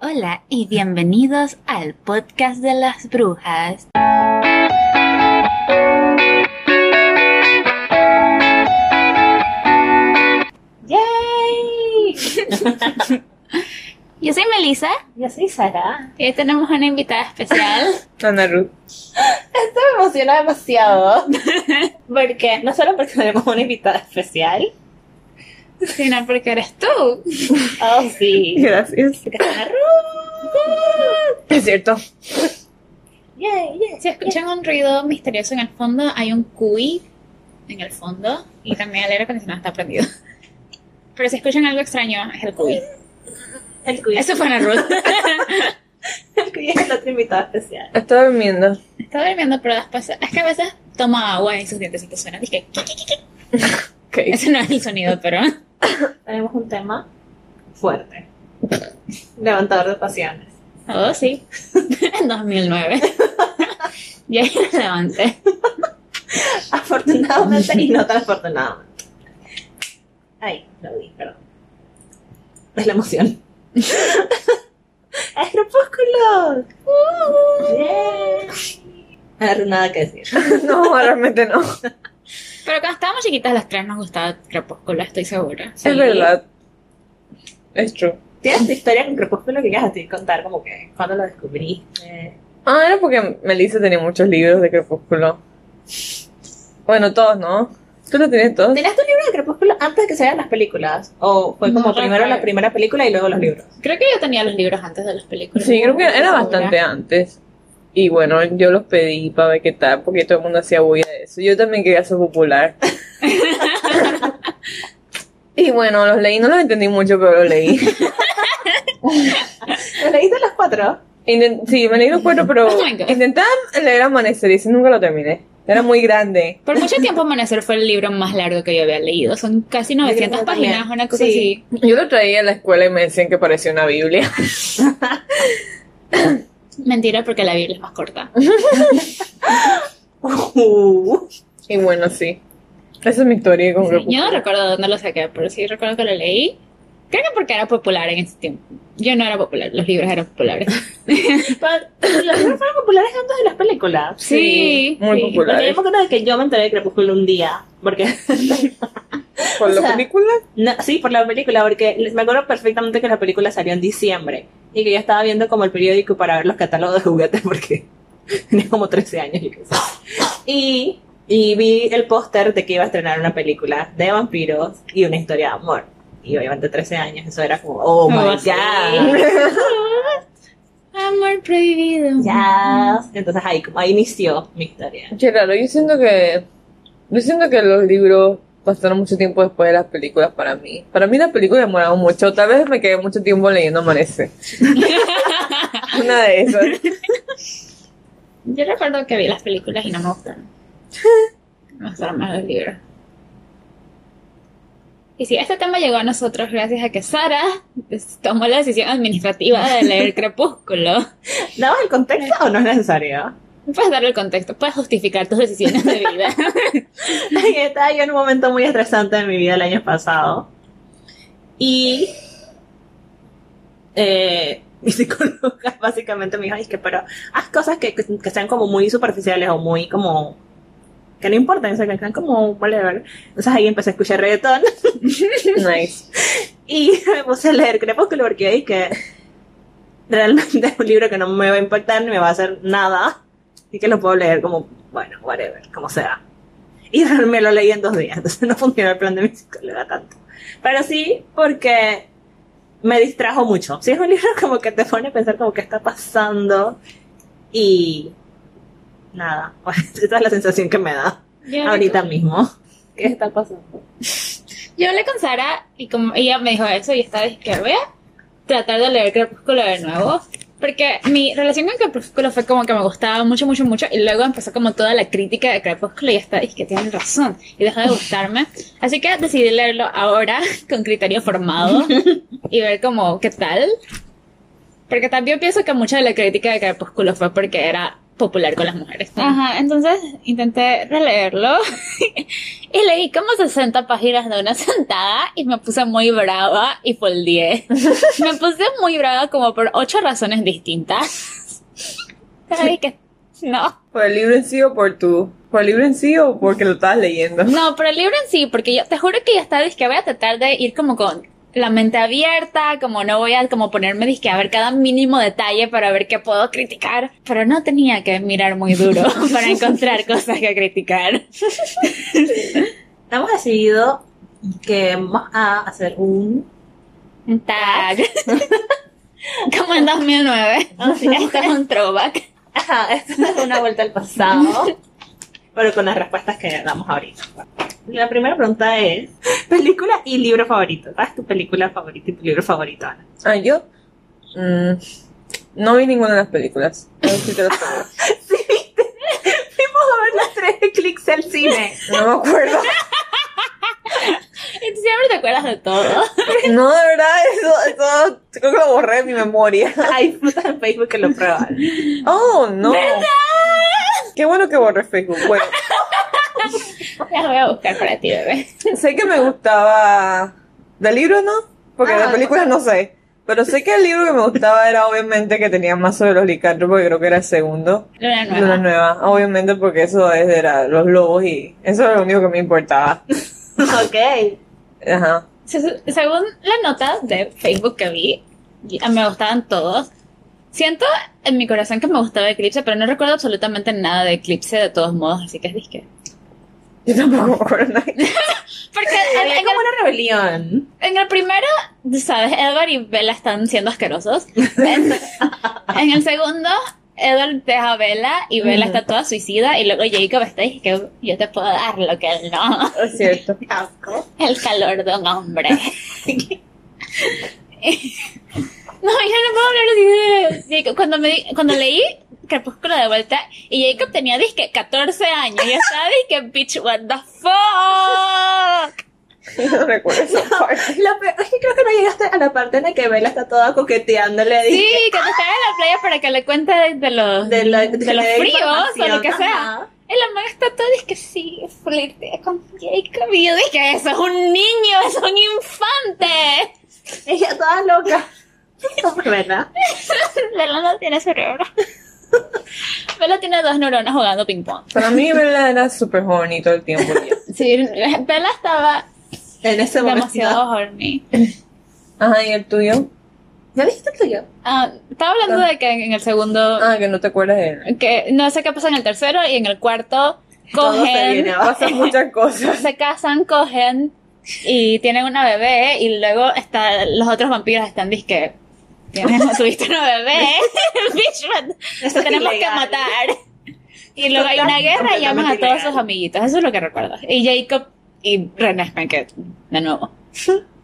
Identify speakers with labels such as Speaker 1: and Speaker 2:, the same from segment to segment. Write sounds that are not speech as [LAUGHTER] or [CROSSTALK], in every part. Speaker 1: Hola y bienvenidos al podcast de las brujas.
Speaker 2: ¡Yay!
Speaker 1: Yo soy Melissa
Speaker 2: Yo soy Sara.
Speaker 1: y hoy tenemos una invitada
Speaker 3: [LAUGHS]
Speaker 1: especial.
Speaker 4: Ana Ruth.
Speaker 2: Esto me emociona demasiado. [LAUGHS] porque, no solo porque tenemos una invitada especial.
Speaker 1: Sino porque eres tú.
Speaker 2: Oh, sí.
Speaker 4: Gracias.
Speaker 2: Porque está Ana Ruth.
Speaker 4: Es cierto.
Speaker 2: Yay, yay.
Speaker 3: Si escuchan un ruido misterioso en el fondo, hay un cuy en el fondo y también el aire acondicionado está prendido. Pero si escuchan algo extraño, es el cuy.
Speaker 2: El cuy. [LAUGHS]
Speaker 3: Eso fue una [LAUGHS] ruta.
Speaker 2: el cuy es la otra invitada especial.
Speaker 4: Está durmiendo. [LAUGHS]
Speaker 3: Está durmiendo, pero después. Es que a veces toma agua y sus dientecitos suenan. Dije, "Qui, qui, qui, qui".
Speaker 4: Ok.
Speaker 3: ese no es el sonido, pero.
Speaker 2: Tenemos un tema fuerte. Levantador de pasiones.
Speaker 3: Oh, sí.
Speaker 1: [LAUGHS]
Speaker 3: En 2009. Y ahí me levanté.
Speaker 2: Afortunadamente y no tan afortunadamente. Ay, lo vi, perdón. Es la [LAUGHS] emoción. ¡Es crepúsculo! Uh-huh. ¡Yay! Ahora no nada que decir.
Speaker 4: No, realmente no.
Speaker 3: Pero cuando estábamos chiquitas, las tres nos gustaba Crepúsculo, estoy segura.
Speaker 4: Es verdad. Es true.
Speaker 2: ¿Tienes tu historia con crepúsculo que quieras así contar? Como que, ¿cuándo lo descubriste?
Speaker 4: Ah, era porque Melissa tenía muchos libros de Crepúsculo. Bueno, todos, ¿no? ¿Tú los tenías todos?
Speaker 2: ¿Tenías tu libro de crepúsculo antes de que salieran las películas? ¿O fue como
Speaker 3: No,
Speaker 2: primero la
Speaker 3: recuerdo.
Speaker 2: primera película y luego los libros?
Speaker 3: Creo que yo tenía los libros antes de las películas.
Speaker 4: Sí, creo que
Speaker 3: Estoy
Speaker 4: era
Speaker 3: segura.
Speaker 4: bastante antes. Y bueno, yo los pedí para ver qué tal, porque todo el mundo hacía bulla de eso. Yo también quería ser popular. [LAUGHS] y bueno, los leí, no los entendí mucho, pero los leí.
Speaker 2: ¿Lo leíste los cuatro?
Speaker 4: Inten- sí, me leí los cuatro, pero
Speaker 3: Oh my God.
Speaker 4: intentaba leer Amanecer y ese nunca lo terminé. Era muy grande.
Speaker 3: Por mucho tiempo Amanecer fue el libro más largo que yo había leído. Son casi
Speaker 2: creo que
Speaker 3: 900
Speaker 2: también.
Speaker 3: páginas, una cosa
Speaker 2: Sí.
Speaker 4: Yo lo traía a la escuela y me decían que parecía una Biblia. [LAUGHS]
Speaker 3: así. Mentira, porque la Biblia es más corta.
Speaker 2: Uh,
Speaker 4: Y bueno, sí. Esa es mi historia con
Speaker 3: Sí,
Speaker 4: Crepúsculo.
Speaker 3: yo no recuerdo dónde lo saqué, pero sí recuerdo que lo leí. Creo que porque era popular en ese tiempo. Yo no era popular, los libros eran populares.
Speaker 2: pa- los libros fueron populares antes de las películas.
Speaker 3: Sí,
Speaker 4: muy
Speaker 3: sí.
Speaker 4: popular.
Speaker 2: Porque yo me acuerdo de que yo me enteré de Crepúsculo un día, porque... [LAUGHS]
Speaker 4: ¿Por
Speaker 2: o
Speaker 4: la
Speaker 2: sea-
Speaker 4: película?
Speaker 2: no, sí, por la película, porque les- me acuerdo perfectamente que la película salió en diciembre y que yo estaba viendo como el periódico para ver los catálogos de juguetes [LAUGHS] porque tenía como 13 años. yo qué sé. Y, y vi el póster de que iba a estrenar una película de vampiros y una historia de amor. Y obviamente 13 años, eso era como, oh my
Speaker 3: Oh,
Speaker 2: god.
Speaker 3: sí.
Speaker 2: [LAUGHS]
Speaker 3: Amor prohibido.
Speaker 2: Yes. Entonces ahí, como, ahí inició mi historia.
Speaker 4: Qué raro, yo siento que. Yo siento que los libros pasaron mucho tiempo después de las películas para mí. Para mí las películas demoraron mucho. Tal vez me quedé mucho tiempo leyendo [LAUGHS] Amanecer. Una de esas.
Speaker 3: Yo recuerdo que vi las películas y no me gustaron. Me gustaron más los libros. Y sí, este tema llegó a nosotros gracias a que Sara pues, tomó la decisión administrativa de leer Crepúsculo.
Speaker 2: ¿Damos el contexto o no es necesario?
Speaker 3: Puedes darle el contexto, puedes justificar tus decisiones de vida.
Speaker 2: [LAUGHS] Ay, Estaba yo en un momento muy estresante de mi vida el año pasado. Y eh, [LAUGHS] mi psicóloga básicamente me dijo, "Ay, que pero haz cosas que, que, que sean como muy superficiales o muy como... Que no importan, o sea, que sean como... Whatever. Entonces ahí empecé a escuchar reggaetón
Speaker 4: Nice.
Speaker 2: y [LAUGHS] me puse a leer Crepúsculo porque ahí que realmente es un libro que no me va a impactar ni me va a hacer nada y que lo puedo leer como, bueno, whatever, como sea. Y [LAUGHS] me lo leí en dos días, entonces no funcionó el plan de mi psicóloga tanto. Pero sí, porque me distrajo mucho. Sí, es un libro como que te pone a pensar como qué está pasando y nada, [LAUGHS] esa es la sensación que me da
Speaker 3: Yo hablé
Speaker 2: ahorita
Speaker 3: con-
Speaker 2: mismo. ¿Qué está pasando?
Speaker 3: Yo hablé con Sara y como ella me dijo eso y estaba dije que voy a tratar de leer Crepúsculo de nuevo. Porque mi relación con Crepúsculo fue como que me gustaba mucho, mucho, mucho. Y luego empezó como toda la crítica de Crepúsculo y está, es que tienen razón. Y dejó de gustarme. Así que decidí leerlo ahora [LAUGHS] con criterio formado y ver como qué tal. Porque también pienso que mucha de la crítica de Crepúsculo fue porque era popular con las mujeres. Ajá, entonces intenté releerlo y leí como 60 páginas de una [LAUGHS] sentada y me puse muy brava y foldeé. me puse muy brava como por ocho razones distintas. Ay, que no.
Speaker 4: ¿Por el libro en sí o por tú? ¿Por el libro en sí o porque lo estabas leyendo?
Speaker 3: No, pero el libro en sí, porque yo te juro que ya está, que voy a tratar de ir como con la mente abierta, como no voy a como ponerme disque a ver cada mínimo detalle para ver qué puedo criticar, pero no tenía que mirar muy duro para encontrar cosas que criticar.
Speaker 2: Hemos decidido que vamos a hacer un.
Speaker 3: Tag. como en 2009. [LAUGHS] Este es un throwback.
Speaker 2: Ajá, [LAUGHS] esto es una vuelta al pasado. Pero con las respuestas que damos ahorita. La primera pregunta es: ¿Película y libro favorito? ¿Cuál es tu película favorita y tu libro favorito, Ana?
Speaker 4: Ah, yo. mm, no vi ninguna de las películas. Eso sí te lo aseguro.
Speaker 2: Sí, viste. Fuimos a ver las tres de clics al [LAUGHS] cine.
Speaker 4: No me acuerdo.
Speaker 3: Y tú siempre te acuerdas de todo.
Speaker 4: No, de verdad, eso, eso creo que lo borré de mi memoria.
Speaker 2: Hay frutas en Facebook que lo prueban.
Speaker 4: Oh, no. Qué bueno que borré Facebook. Bueno,
Speaker 3: Las voy a buscar para ti, bebé.
Speaker 4: sé que me gustaba. ¿Del libro no? Porque
Speaker 2: Ah,
Speaker 4: de las películas no sé. Pero sé que el libro que me gustaba era obviamente que tenía más sobre los licantropos, porque creo que era el segundo.
Speaker 3: Luna
Speaker 4: de Luna
Speaker 3: nueva.
Speaker 4: nueva, obviamente porque eso es de la- los lobos y eso era lo único que me importaba.
Speaker 2: ok.
Speaker 4: Ajá.
Speaker 3: Se- Según la nota de Facebook que vi, y- me gustaban todos. Siento en mi corazón que me gustaba Eclipse, pero no recuerdo absolutamente nada de Eclipse de todos modos, así que es que.
Speaker 4: Yo tampoco me acuerdo nada.
Speaker 3: Porque en, [LAUGHS]
Speaker 2: Había
Speaker 3: en
Speaker 2: como una rebelión.
Speaker 3: el, en el primero, sabes, Edward y Bella están siendo asquerosos. En, en el segundo, Edward deja a Bella y Bella está toda suicida y luego Jacob está y que yo te puedo dar lo que él no. [LAUGHS]
Speaker 4: Es
Speaker 2: [LAUGHS]
Speaker 4: cierto.
Speaker 2: Asco.
Speaker 3: El calor de un hombre. [LAUGHS] no, yo no puedo hablar así de Jacob. Cuando, me, di- cuando leí Crepúsculo de vuelta y Jacob tenía disque 14 años, ya sabes que bitch, what the fuck.
Speaker 4: No recuerdo esa parte.
Speaker 2: La peor- es que creo que no llegaste a la parte en la que Bella está toda coqueteándole.
Speaker 3: Sí,
Speaker 2: dije,
Speaker 3: cuando estaba en la playa para que le cuente de, de los,
Speaker 2: de, la- que
Speaker 3: los
Speaker 2: le dé
Speaker 3: fríos o lo que
Speaker 2: información.
Speaker 3: sea.
Speaker 2: Ajá.
Speaker 3: El amor está todo disque sí, flirtea con Jacob. Y yo dije, eso es un niño, eso es un infante. [LAUGHS]
Speaker 2: Ella toda loca. No, ¿Verdad?
Speaker 3: Bella no tiene cerebro. [LAUGHS] Bella tiene dos neuronas jugando ping pong.
Speaker 4: Para mí, Bella era súper joven y todo el tiempo. ya.
Speaker 3: Sí, Bella estaba
Speaker 2: En ese momento.
Speaker 3: demasiado horny.
Speaker 4: Ajá, ¿y el tuyo?
Speaker 2: ¿Ya viste el tuyo?
Speaker 3: Ah, estaba hablando de que en el segundo,
Speaker 4: Ah, que no te acuerdas de él.
Speaker 3: que no sé qué pasa en el tercero y en el cuarto
Speaker 2: Todo se viene
Speaker 3: cogen,
Speaker 2: abajo.
Speaker 4: Pasan muchas cosas.
Speaker 3: se casan, cogen y tienen una bebé y luego está, los otros vampiros están disque.
Speaker 2: [LAUGHS]
Speaker 3: Tienes, tuviste una bebé, [LAUGHS] bitch, what-
Speaker 2: Eso es
Speaker 3: tenemos que
Speaker 2: ilegal.
Speaker 3: matar. Y luego hay una
Speaker 2: Total-
Speaker 3: guerra y llaman a
Speaker 2: completamente
Speaker 3: todos
Speaker 2: ilegal.
Speaker 3: sus amiguitos. Eso es lo que recuerdo. Y Jacob y Renesme, que de nuevo.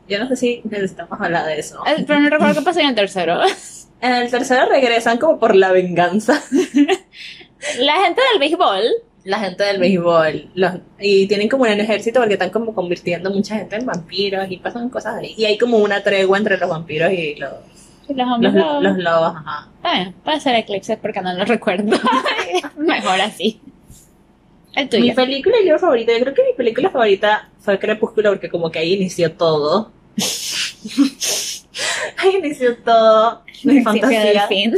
Speaker 2: Yo no sé si necesitamos hablar de eso.
Speaker 3: Eh, Pero no recuerdo qué pasó en el tercero. [LAUGHS]
Speaker 2: En el tercero regresan como por la venganza. [LAUGHS]
Speaker 3: La gente del béisbol.
Speaker 2: La gente del béisbol. Los, y tienen como un ejército porque están como convirtiendo mucha gente en vampiros y pasan cosas ahí. Y hay como una tregua entre los vampiros y los,
Speaker 3: y Los hombres.
Speaker 2: los,
Speaker 3: lo-
Speaker 2: los lobos. Ajá.
Speaker 3: Está bien, puede ser Eclipse porque no lo recuerdo. [LAUGHS] Mejor así. El
Speaker 2: Mi
Speaker 3: tuyo.
Speaker 2: película y libro favorita, yo creo que mi película favorita fue Crepúsculo porque como que ahí inició todo. [LAUGHS] ahí inició todo. Mi
Speaker 3: Principio del
Speaker 2: fantasía.
Speaker 3: fin.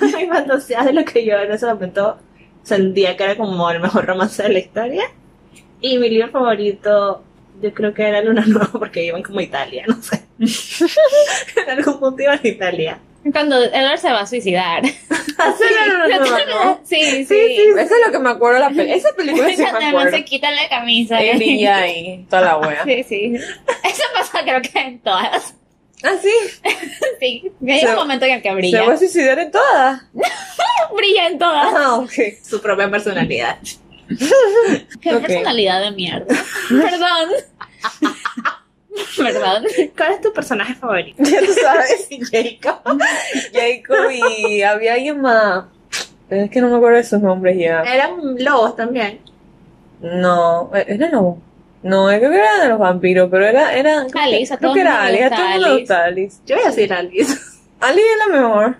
Speaker 2: [LAUGHS] mi fantasía de lo que yo en ese momento sentía que era como el mejor romance de la historia. Y mi libro favorito, yo creo que era Luna Nueva porque iban como a Italia, no [LAUGHS] sé. en algún punto iban a Italia.
Speaker 3: Cuando Edward se va a suicidar.
Speaker 2: Así era Luna Nueva, Ah, ¿no?
Speaker 3: [LAUGHS] Sí, sí.
Speaker 2: sí.
Speaker 4: Eso es lo que me acuerdo de la película. Esa película sí
Speaker 3: [LAUGHS]
Speaker 4: me
Speaker 3: Cuando
Speaker 4: acuerdo.
Speaker 3: se quita la camisa.
Speaker 4: Ahí brilla y toda la wea.
Speaker 3: Sí, sí. Eso pasa creo que en todas.
Speaker 4: Ah, sí.
Speaker 3: Sí. Hay
Speaker 4: Se-
Speaker 3: un momento en el que brilla.
Speaker 4: Se va a suicidar en todas.
Speaker 3: Brilla en todas.
Speaker 4: Ah, ok.
Speaker 2: Su propia personalidad.
Speaker 3: Qué
Speaker 4: Ok.
Speaker 3: personalidad de mierda.
Speaker 4: [LAUGHS]
Speaker 3: Perdón. Perdón.
Speaker 2: ¿Cuál es tu personaje favorito? [LAUGHS]
Speaker 4: Ya tú sabes.
Speaker 2: Jacob.
Speaker 4: Jacob y había alguien más. Es que no me acuerdo de sus nombres ya.
Speaker 2: Eran lobos también.
Speaker 4: No, eh, era no. No, creo que era de los vampiros, pero era, era, creo que-
Speaker 3: Alice, a
Speaker 4: creo
Speaker 3: todo
Speaker 4: que
Speaker 3: el
Speaker 4: era
Speaker 3: mundo le
Speaker 4: Alice, a
Speaker 3: gusta
Speaker 4: todo el mundo le gusta Alice.
Speaker 2: Yo voy a decir Alice.
Speaker 4: Alice es la mejor.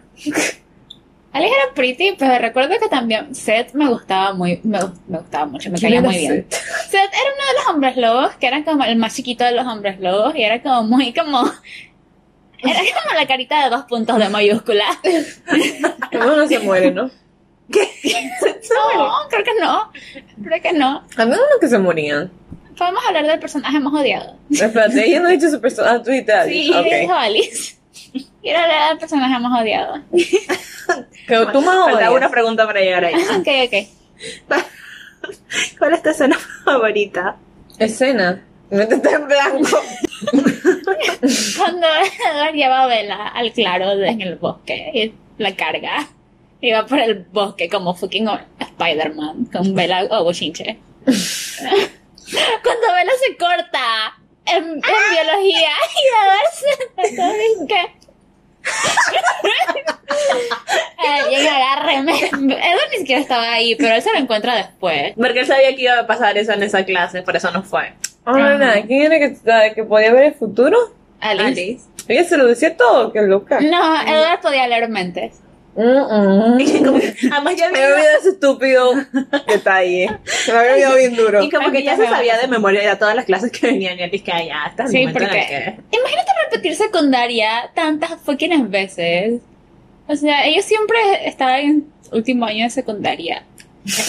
Speaker 3: Alex era pretty, pero recuerdo que también Seth me gustaba muy, me, gu- me gustaba mucho, me caía
Speaker 4: era
Speaker 3: muy
Speaker 4: [LAUGHS]
Speaker 3: bien. Seth era uno de los hombres lobos, que era como el más chiquito de los hombres lobos, y era como muy como... Era como la carita de dos puntos de mayúscula.
Speaker 4: Uno no se muere, ¿no?
Speaker 3: No, creo que no. Creo que no.
Speaker 4: Había unos que se morían.
Speaker 3: Podemos hablar del personaje más odiado.
Speaker 4: Espérate, ella no ha dicho su persona. Ah, tú y tal.
Speaker 3: Sí, dijo Alice. [LAUGHS] Quiero hablar del personaje más odiado.
Speaker 4: Que tú más
Speaker 2: Falta
Speaker 4: odias.
Speaker 2: una pregunta para llegar ahí.
Speaker 3: [LAUGHS] Ok, ok.
Speaker 2: ¿Cuál es tu escena favorita?
Speaker 4: Escena. Métete en blanco.
Speaker 3: Cuando [LAUGHS] Edward lleva a Bella al claro de- en el bosque y la carga, iba por el bosque como fucking o- Spider-Man con Bella o bochinche. Cuando Bella se corta en, en biología y Edward se dice que. Bien, Ah, agárreme. Edward ni siquiera estaba ahí, pero él se lo encuentra después.
Speaker 2: Porque él sabía que iba a pasar eso en esa clase, por eso no fue. [LAUGHS]
Speaker 4: Ahora, nada, ¿quién era que, la que podía ver el futuro?
Speaker 3: Alice.
Speaker 4: Ella se lo decía todo, que loca.
Speaker 3: No, Edward podía leer mentes.
Speaker 4: Mm, mm.
Speaker 2: Y como- además ya
Speaker 4: Me había
Speaker 2: había...
Speaker 4: olvidado ese estúpido detalle. Se me había olvidado bien duro.
Speaker 2: Y como que ya se
Speaker 3: Ay,
Speaker 2: sabía de memoria ya todas las clases que venían y él dice que "Ay, ya, hasta el
Speaker 3: Sí,
Speaker 2: momento en el
Speaker 3: porque- Imagínate repetir secundaria tantas fucking veces. O sea, ellos siempre estaban en último año
Speaker 2: [LAUGHS]
Speaker 3: de secundaria.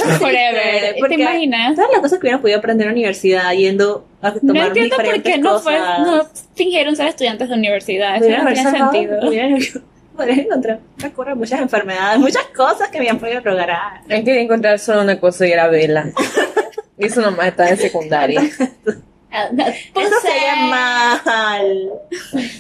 Speaker 3: Forever.
Speaker 2: porque-
Speaker 3: ¿Te imaginas?
Speaker 2: Todas las cosas que hubieran podido aprender en la universidad yendo a tomar
Speaker 3: No entiendo por
Speaker 2: diferentes
Speaker 3: qué no, fue,
Speaker 2: cosas.
Speaker 3: no fingieron ser estudiantes de universidad. Eso
Speaker 2: Podrían
Speaker 3: no
Speaker 2: haber
Speaker 3: tiene
Speaker 2: salvado-
Speaker 3: sentido.
Speaker 2: [LAUGHS] podrían- Podrían encontrar una cura a muchas enfermedades, muchas cosas que me han podido lograr.
Speaker 4: Él quería encontrar solo una cosa y era Vela. Y eso nomás estaba en secundaria.
Speaker 3: Ah, no, pues,
Speaker 2: eso sería
Speaker 3: eh,
Speaker 2: mal.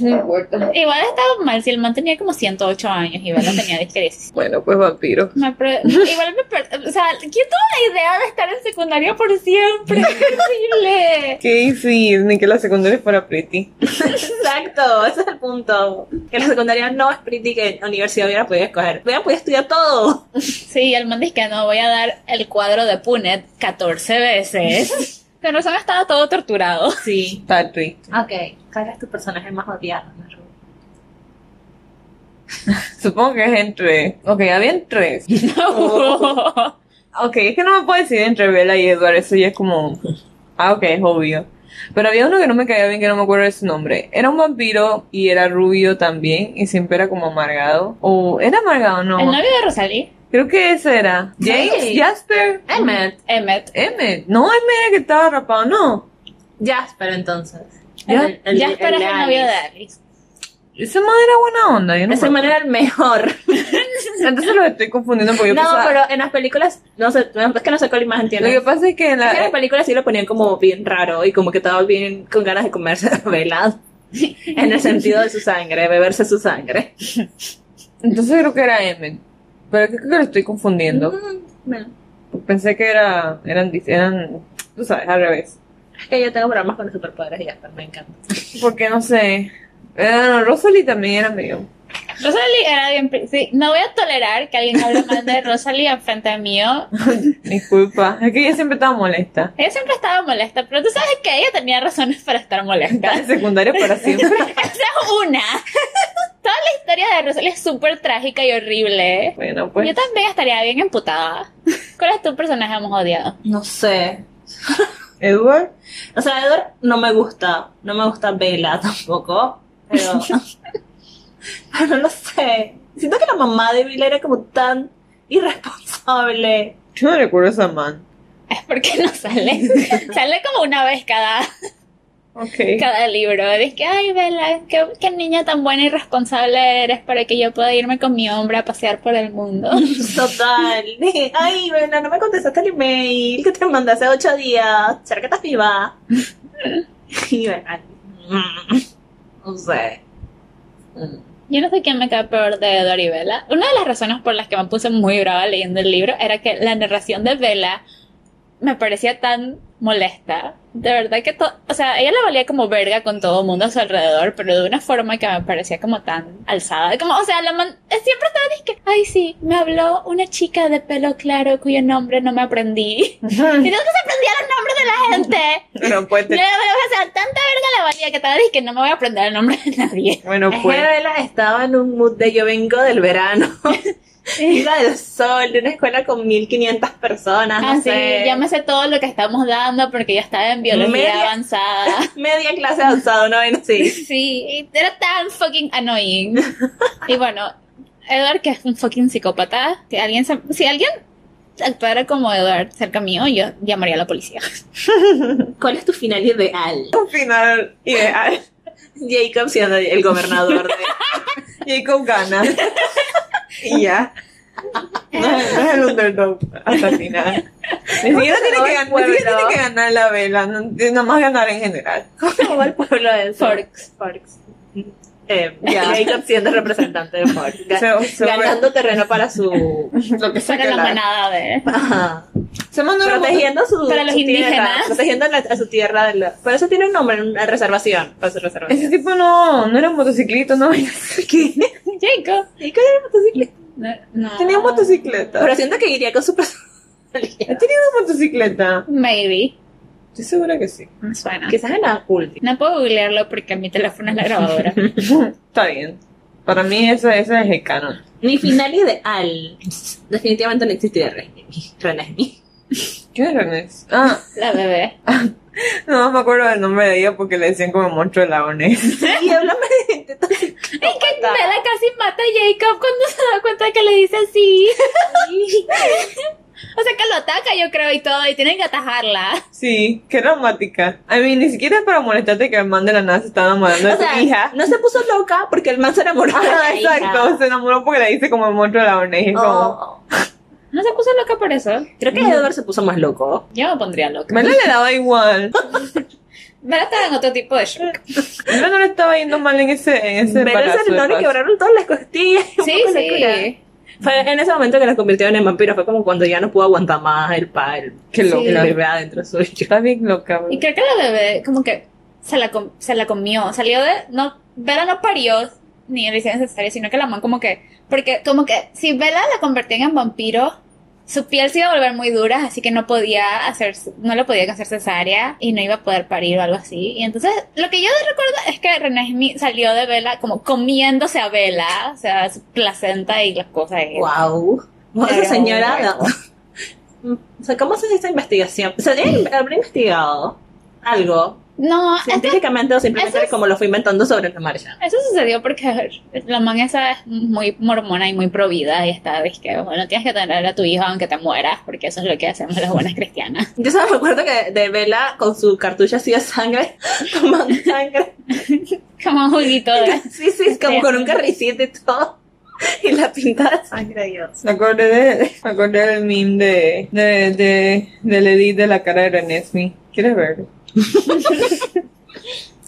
Speaker 4: No importa.
Speaker 3: Igual estaba mal si el man tenía como 108 años y Bella tenía disque 16.
Speaker 4: Bueno, pues vampiro.
Speaker 3: Me
Speaker 2: [LAUGHS]
Speaker 3: pre- igual me per- O sea, ¿quién tuvo la idea de estar en secundaria por siempre? [LAUGHS]
Speaker 2: [LAUGHS]
Speaker 3: ¡Qué horrible!
Speaker 4: Qué difícil, ni que la secundaria fuera pretty.
Speaker 2: Exacto, [LAUGHS] ese es el punto. Que la secundaria no es pretty que la universidad hubiera podido escoger. Hubiera podido estudiar todo.
Speaker 3: Sí, el man dice que no voy a dar el cuadro de Punet 14 veces.
Speaker 2: [LAUGHS]
Speaker 3: Con razón estaba todo torturado.
Speaker 2: Sí.
Speaker 4: Patrick.
Speaker 2: Ok, ¿cuál es tu personaje más odiado, Maru?
Speaker 4: Supongo que es entre. [LAUGHS] Ok, habían tres.
Speaker 2: Oh. [LAUGHS]
Speaker 4: Ok, es que no me puedo decir entre Bella y Edward, eso ya es como. Ah, ok, es obvio. Pero había uno que no me caía bien, que no me acuerdo de su nombre. Era un vampiro y era rubio también, y siempre era como amargado. O era amargado, no.
Speaker 3: El novio de Rosalí,
Speaker 4: Creo que ese era. James,
Speaker 2: Sí.
Speaker 4: Jasper,
Speaker 2: Emmett.
Speaker 3: Emmet.
Speaker 4: Emmett. No, Emmett era el que estaba rapado, no.
Speaker 2: Jasper, entonces.
Speaker 4: Ya-
Speaker 2: El- el-
Speaker 3: Ya esperas el
Speaker 2: de
Speaker 3: novio de
Speaker 2: Alice.
Speaker 3: Alice.
Speaker 4: Ese man era buena onda, yo no.
Speaker 2: Ese
Speaker 4: me
Speaker 2: man era el [LAUGHS] mejor.
Speaker 4: acuerdo. Entonces los estoy confundiendo porque yo
Speaker 2: no,
Speaker 4: pensaba-
Speaker 2: pero en las películas, no sé, no, es que no sé cuál imagen tiene.
Speaker 4: Lo que pasa es que en
Speaker 2: Es que en
Speaker 4: la.
Speaker 2: las películas sí lo ponían como bien raro y como que estaba bien con ganas de comerse [LAUGHS] la vela. En el sentido de su sangre, beberse su sangre.
Speaker 4: Entonces creo que era Emmett. Pero creo que lo estoy confundiendo.
Speaker 2: Mm. Bueno,
Speaker 4: Pensé que era, eran, dis- eran, tú sabes, al revés.
Speaker 2: es que yo tengo problemas con los superpoderes y ya está, me encanta.
Speaker 4: Porque no sé. eh, Bueno, Rosalie también era medio.
Speaker 3: Rosalí era bien. pri- sí, no voy a tolerar que alguien hable mal de Rosalí enfrente mío.
Speaker 4: Disculpa. Es que ella siempre estaba molesta.
Speaker 3: Ella siempre estaba molesta, pero tú sabes que ella tenía razones para
Speaker 2: [LAUGHS]
Speaker 3: estar molesta. [LAUGHS]
Speaker 4: Estaba en secundaria para siempre.
Speaker 3: Esa es una. Toda la historia de Rosalí es súper trágica y horrible.
Speaker 4: Bueno, pues.
Speaker 3: Yo también estaría bien emputada. ¿Cuál es tu personaje más odiado?
Speaker 2: No sé.
Speaker 4: Edward.
Speaker 2: O sea, Edward no me gusta. No me gusta Bella [LAUGHS] tampoco. Pero. pero no lo sé. Siento que la mamá de Bella era como tan irresponsable.
Speaker 4: Yo no recuerdo a esa man.
Speaker 3: Es porque no sale. sale como una vez cada,
Speaker 4: Ok.
Speaker 3: cada libro. Dice que, ay, Bella, qué, qué niña tan buena y responsable eres para que yo pueda irme con mi hombre a pasear por el mundo.
Speaker 2: Total. Ay, Bella, no me contestaste el email que te mandé hace ocho días. ¿Será que estás viva? Y Bella. mm, [LAUGHS] No sé.
Speaker 4: Mm.
Speaker 3: Yo no sé quién me cae peor de Edward y Bella. Una de las razones por las que me puse muy brava leyendo el libro era que la narración de Bella me parecía tan molesta. de verdad que todo, o sea, ella la valía como verga con todo el mundo a su alrededor, pero de una forma que me parecía como tan alzada, como, o sea, la man, eh, siempre estaba diciendo que, ay sí, me habló una chica de pelo claro cuyo nombre no me aprendí. [LAUGHS] y no que se aprendía los nombres de la gente.
Speaker 4: [LAUGHS] Bueno, pues,
Speaker 3: Yo le
Speaker 4: puente.
Speaker 3: o sea, tanta verga la valía que estaba diciendo que no me voy a aprender el nombre de nadie.
Speaker 4: Bueno, pues.
Speaker 2: Isabela estaba en un mood de yo vengo del verano. Iba del sol, de una escuela con 1500 personas, Ah, no
Speaker 3: Así,
Speaker 2: sé.
Speaker 3: Ah, ya
Speaker 2: [LAUGHS]
Speaker 3: me sé todo lo que estamos dando porque ya estaba en biología
Speaker 2: Media- [LAUGHS]
Speaker 3: avanzada.
Speaker 2: Media clase avanzada, ¿no? Bueno, sí.
Speaker 3: Sí, era tan fucking annoying. Y bueno, Edward, que es un fucking psicópata, si alguien, se- si alguien actuara como Edward cerca mío, yo llamaría a la policía.
Speaker 2: ¿Cuál es tu final ideal?
Speaker 4: Un final ideal.
Speaker 2: Jacob siendo el gobernador de...
Speaker 4: Jacob gana. y ya. No, no es el underdog hasta el final. Ni siquiera tiene que, gan- ni siquiera tiene que ganar la vela, no- nada más ganar en general.
Speaker 2: ¿Cómo va el pueblo de
Speaker 3: Forks.
Speaker 2: Forks. Eh, ya, Jacob siendo representante de Forks. Ga-
Speaker 4: Se- se-
Speaker 2: ganando terreno para su...
Speaker 4: Lo que sea
Speaker 3: Para la
Speaker 4: que la-
Speaker 3: manada de...
Speaker 2: Ajá.
Speaker 4: Se mandó una foto-
Speaker 2: protegiendo su,
Speaker 3: Para los
Speaker 2: su tierra,
Speaker 3: indígenas.
Speaker 2: protegiendo la- a su tierra. de la- por eso tiene un nombre, una reservación. Para su
Speaker 4: Ese
Speaker 2: reservación.
Speaker 4: tipo no, no era un motociclista, no. [LAUGHS]
Speaker 2: ¿Qué?
Speaker 3: Jacob.
Speaker 2: ¿Y cuál era el motocicleta?
Speaker 3: No, no.
Speaker 4: Tenía motocicleta.
Speaker 2: Ah. Pero siento que iría con su personalidad.
Speaker 4: Tenía una motocicleta.
Speaker 3: Maybe.
Speaker 4: Estoy segura que sí. [LAUGHS]
Speaker 3: Me suena.
Speaker 2: Quizás en la última.
Speaker 3: No puedo googlearlo porque mi teléfono es
Speaker 2: [LAUGHS]
Speaker 3: la grabadora.
Speaker 4: Está bien. Para mí ese, ese es el canon.
Speaker 2: Mi final ideal. Definitivamente no existiría René. René.
Speaker 4: ¿Quién es René? Ah,
Speaker 3: La bebé.
Speaker 4: no me acuerdo del nombre de ella porque le decían como el monstruo de lagones.
Speaker 2: Sí, háblame de gente tan psicópata.
Speaker 3: Bella casi mata a Jacob cuando [LAUGHS] se da cuenta de que le dice así. [LAUGHS] o sea que lo ataca yo creo y todo y tienen que atajarla.
Speaker 4: Sí, qué dramática. A mí ni siquiera es para molestarte que el man de la nada se estaba enamorando de
Speaker 2: O
Speaker 4: su
Speaker 2: sea, [LAUGHS]
Speaker 4: hija.
Speaker 2: no se puso loca porque el man se enamoró de
Speaker 4: Ah,
Speaker 2: la hija.
Speaker 4: [LAUGHS] exacto, se enamoró porque le dice como el monstruo de lagones. Es como...
Speaker 2: Oh.
Speaker 3: No se puso loca por eso.
Speaker 2: Creo que Edward se puso más loco.
Speaker 3: Yo me pondría loca.
Speaker 4: Mela le
Speaker 2: [LAUGHS]
Speaker 4: daba igual.
Speaker 3: Bella estaba en otro tipo de shock.
Speaker 4: Mela no le estaba yendo mal en ese, en ese
Speaker 2: Pero
Speaker 4: embarazo.
Speaker 2: ese no
Speaker 4: de
Speaker 2: le
Speaker 4: paz.
Speaker 2: quebraron todas las costillas. [LAUGHS] un
Speaker 3: Sí,
Speaker 2: poco la cura.
Speaker 3: sí.
Speaker 2: Fue en ese momento que la convirtieron en vampiro. Fue como cuando ya no pudo aguantar más el pa, el,
Speaker 4: Qué
Speaker 3: Sí.
Speaker 2: el
Speaker 4: loca.
Speaker 2: bebé adentro suyo.
Speaker 4: Está bien loca. bro.
Speaker 3: Y creo que la bebé como que se la, com- se la comió. Salió de... No, Bella no parió ni le hicieron necesario, sino que la man como que... Porque como que si Bella la convertían en vampiro... Su piel se iba a volver muy dura, así que no podía hacer, no le podía hacer cesárea y no iba a poder parir o algo así. Y entonces, lo que yo recuerdo es que René Smith salió de Vela como comiéndose a Vela, o sea, su placenta y las cosas. y-
Speaker 2: Wow.
Speaker 3: Pero-
Speaker 2: Esa señora. no. O sea, ¿cómo se hizo esta investigación? ¿Se habría habría investigado algo?
Speaker 3: No, es que
Speaker 2: Científicamente o simplemente
Speaker 3: eso es-
Speaker 2: como lo fue inventando sobre la marcha.
Speaker 3: Eso sucedió porque la man esa es muy mormona y muy provida y está, es que, bueno, tienes que tener a tu hijo aunque te mueras, porque eso es lo que hacemos las buenas cristianas. [LAUGHS]
Speaker 2: Yo solo me acuerdo que de Vela con su cartucho así de sangre, [LAUGHS] tomando sangre.
Speaker 3: Como un juguito de...
Speaker 2: Sí, sí, [LAUGHS] como con un carricito y todo. Y la pinta de sangre, Dios.
Speaker 4: Me acordé, de, me acordé del meme de, de, de, del edit de la cara de René Smith. ¿Quieres verlo?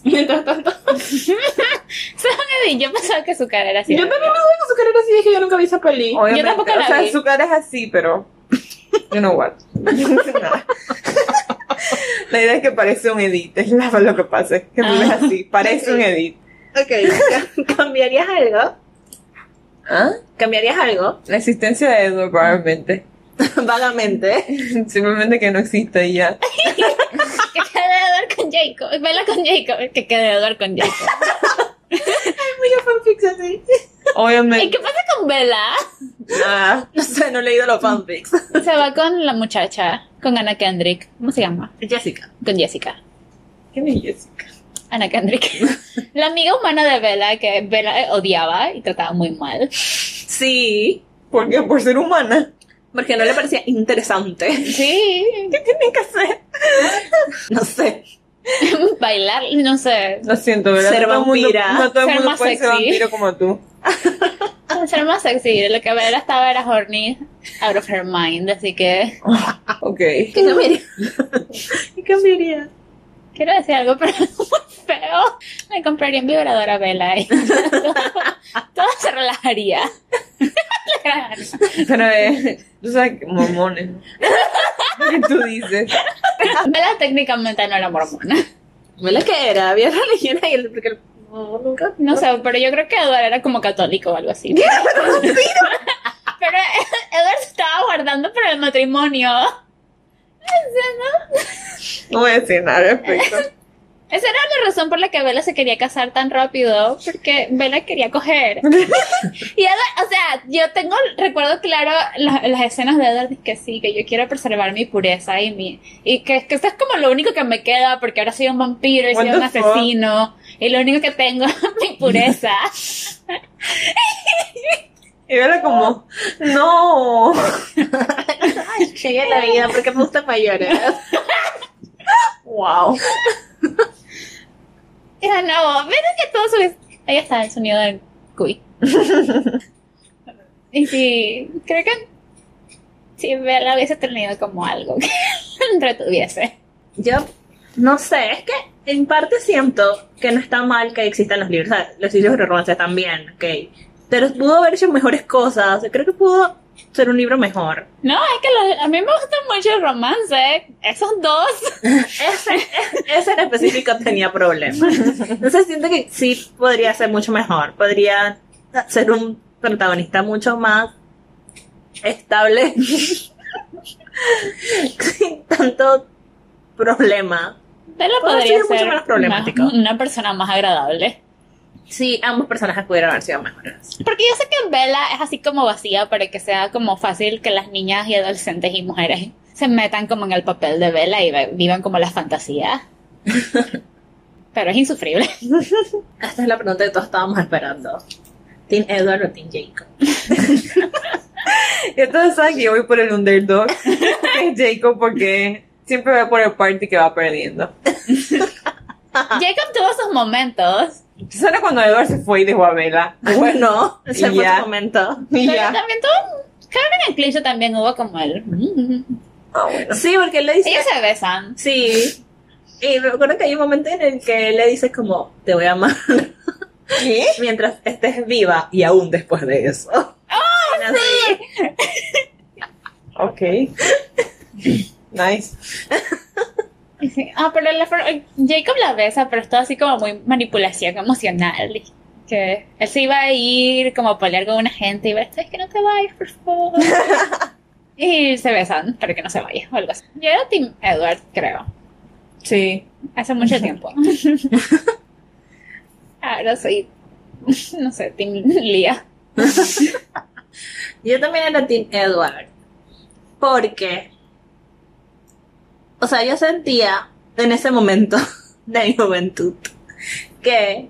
Speaker 2: Mientras tanto,
Speaker 3: ¿Saben? Yo pensaba que su cara era así.
Speaker 2: yo también me acuerdo que su carrera así dije, yo nunca vi esa peli.
Speaker 4: Obviamente,
Speaker 3: tampoco la
Speaker 4: O sea,
Speaker 3: vi.
Speaker 4: su cara es así, pero... [LAUGHS] Yo no guardo. Nada. [LAUGHS] La idea es que parece un edit, es la- lo que pasa, es que tú ves así, parece un edit.
Speaker 2: Ok, [LAUGHS] ¿cambiarías algo?
Speaker 4: ¿Ah?
Speaker 2: ¿Cambiarías algo? [LAUGHS]
Speaker 4: La existencia de Edward probablemente. [LAUGHS]
Speaker 2: Vagamente. [LAUGHS]
Speaker 4: Simplemente que no existe y ya.
Speaker 3: [LAUGHS] Que quede Edward con Jacob. Vela con Jacob. Que quede Edward con Jacob.
Speaker 2: Muy fanfics así.
Speaker 3: ¿Y
Speaker 4: Obviamente.
Speaker 3: qué pasa con Vela?
Speaker 4: nada.
Speaker 2: No sé, no he leído los fanfics.
Speaker 3: Se va con la muchacha, con Ana Kendrick. ¿Cómo se llama?
Speaker 2: Jessica.
Speaker 3: Con Jessica.
Speaker 4: ¿Quién es Jessica?
Speaker 3: Ana [LAUGHS] Kendrick. La amiga humana de Vela que Vela eh, odiaba y trataba muy mal.
Speaker 2: Sí,
Speaker 4: ¿Por qué? Por ser humana.
Speaker 2: porque no le parecía interesante. [LAUGHS]
Speaker 3: Sí,
Speaker 4: ¿Qué tiene que hacer?
Speaker 2: No sé.
Speaker 3: [LAUGHS] bailar, no sé,
Speaker 4: Lo siento, ¿verdad?
Speaker 2: Ser
Speaker 4: todo el mundo-
Speaker 2: vampira.
Speaker 4: no todo el
Speaker 3: Ser
Speaker 4: mundo
Speaker 3: más
Speaker 4: puede ser
Speaker 3: sexy.
Speaker 4: vampiro como tú.
Speaker 3: ser Ah, más sexy. Lo que Bella estaba era horny, out of her mind, así que
Speaker 4: Ok.
Speaker 2: ¿Qué [LAUGHS] cambiaría? ¿Qué cambiaría?
Speaker 3: quiero decir algo, pero [LAUGHS] es muy feo. Me compraría un vibrador a Bella y [LAUGHS] todo, todo se relajaría. [LAUGHS]
Speaker 4: Pero, eh, tú sabes que mormones. ¿no? ¿Qué tú dices?
Speaker 3: Bella técnicamente no era mormona.
Speaker 2: ¿Verdad que era? Había religión ahí. el- Porque el- no, nunca.
Speaker 3: No sé, pero yo creo que Edward era como católico o algo así. [LAUGHS] Pero Edward se estaba guardando para el matrimonio.
Speaker 4: No voy a decir nada al respecto.
Speaker 3: Esa era la razón por la que Bella se quería casar tan rápido, porque Bella quería
Speaker 4: [LAUGHS]
Speaker 3: coger. Y Edward, o sea, yo tengo, recuerdo claro la- las escenas de Edward que sí, que yo quiero preservar mi pureza y mi, y que, que eso es como lo único que me queda, porque ahora soy un vampiro y soy
Speaker 4: What
Speaker 3: un
Speaker 4: the fuck?
Speaker 3: asesino, y lo único que tengo [LAUGHS] es mi
Speaker 4: [LAUGHS]
Speaker 3: pureza.
Speaker 4: Y vela como,
Speaker 2: [LAUGHS]
Speaker 4: no.
Speaker 2: Llegué a la vida porque me gustan mayores. [LAUGHS]
Speaker 4: Wow.
Speaker 3: Ya no, mira que todo su... Ahí está el sonido del
Speaker 4: [LAUGHS]
Speaker 3: cuy. y sí, creo que si Bella hubiese tenido como algo que [LAUGHS] entretuviese.
Speaker 2: Yo no sé, es que en parte siento que no está mal que existan los libros, o sea, los libros de romance también, ok. Pero pudo haber hecho mejores cosas, creo que pudo ser un libro mejor.
Speaker 3: No, es que los- a mí me gusta mucho el romance. Esos dos.
Speaker 2: Ese, ese en específico tenía problemas. Entonces siento que sí podría ser mucho mejor, podría ser un protagonista mucho más estable, [LAUGHS] sin tanto problema.
Speaker 3: Bella
Speaker 2: Podría
Speaker 3: podría
Speaker 2: ser mucho
Speaker 3: ser
Speaker 2: menos problemático.
Speaker 3: más- una persona más agradable.
Speaker 2: Sí, ambos personajes pudieron haber sido mejores.
Speaker 3: Porque yo sé que Bella es así como vacía para que sea como fácil que las niñas y adolescentes y mujeres se metan como en el papel de Bella y ve- vivan como
Speaker 2: [LAUGHS]
Speaker 3: las fantasías. Pero es insufrible.
Speaker 2: Esta es la pregunta que todos estábamos esperando. ¿Team Edward o Team Jacob?
Speaker 4: Y [LAUGHS] entonces saben que yo voy por el
Speaker 2: [LAUGHS]
Speaker 4: underdog. [LAUGHS] que es Jacob porque siempre va por el party que va perdiendo.
Speaker 3: Jacob tuvo sus momentos,
Speaker 4: Solo cuando Edward se fue y dejó a Vela.
Speaker 2: [LAUGHS] Bueno, ese fue
Speaker 4: Ya.
Speaker 2: el momento.
Speaker 4: Y
Speaker 2: [LAUGHS]
Speaker 3: pero
Speaker 4: ya.
Speaker 3: también tuvo. Cameron y Clicho también hubo como el. mm,
Speaker 4: Ah, bueno.
Speaker 2: Sí, porque él le dice...
Speaker 3: Ellos se besan.
Speaker 2: Sí. Y me acuerdo que hay un momento en el que él le dice como, te voy a amar
Speaker 4: ¿Qué?
Speaker 2: [LAUGHS] mientras estés viva y aún después de eso. Era así.
Speaker 4: Ok. Nice.
Speaker 3: Y sí, Ah, pero la for- Jacob la besa, pero es todo así como muy manipulación emocional. y Que él se iba a ir como a pelear con una gente y va, es que no te vayas, por favor. y se besan para que no se vaya o algo así. Yo era Team Edward, creo.
Speaker 4: Sí.
Speaker 3: Hace mucho tiempo. Ahora soy, no sé, Team Lía.
Speaker 2: Yo también era Team Edward. Porque, o sea, yo sentía en ese momento [LAUGHS] de mi juventud que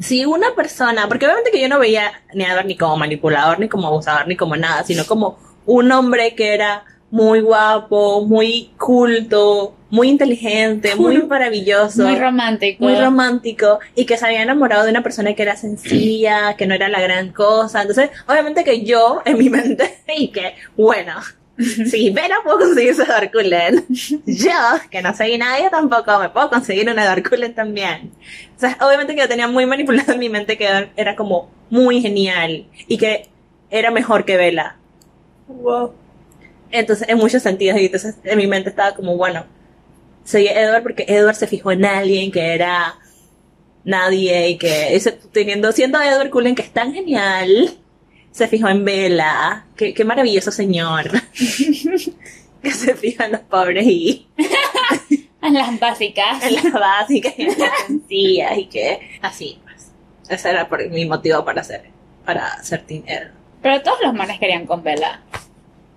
Speaker 2: si una persona, porque obviamente que yo no veía ni a Edward ni como manipulador, ni como abusador, ni como nada, sino como un hombre que era muy guapo, muy culto, muy inteligente, muy maravilloso.
Speaker 3: Muy romántico.
Speaker 2: muy romántico y que se había enamorado de una persona que era sencilla, [CLEARS THROAT] que no era la gran cosa. Entonces, obviamente que yo en mi mente [LAUGHS] y que, bueno, si Vera puedo conseguirse Edward Cullen, [LAUGHS] yo, que no soy nadie tampoco, me puedo conseguir un Edward Cullen también. O sea, obviamente que yo tenía muy manipulado en mi mente que Edward era como muy genial y que era mejor que Vela.
Speaker 4: Wow.
Speaker 2: Entonces, en muchos sentidos, y entonces en mi mente estaba como, bueno, soy Edward porque Edward se fijó en alguien que era nadie y que ese- teniendo, siendo Edward Cullen que es tan genial, se fijó en Bella, qué, qué maravilloso señor, [LAUGHS] que se fija en los pobres y
Speaker 3: En las básicas.
Speaker 2: en las básicas y en las sencillas y que así, pues. Ese era por- mi motivo para hacer, para ser Team Edward.
Speaker 3: Pero todos los manes querían con Bella.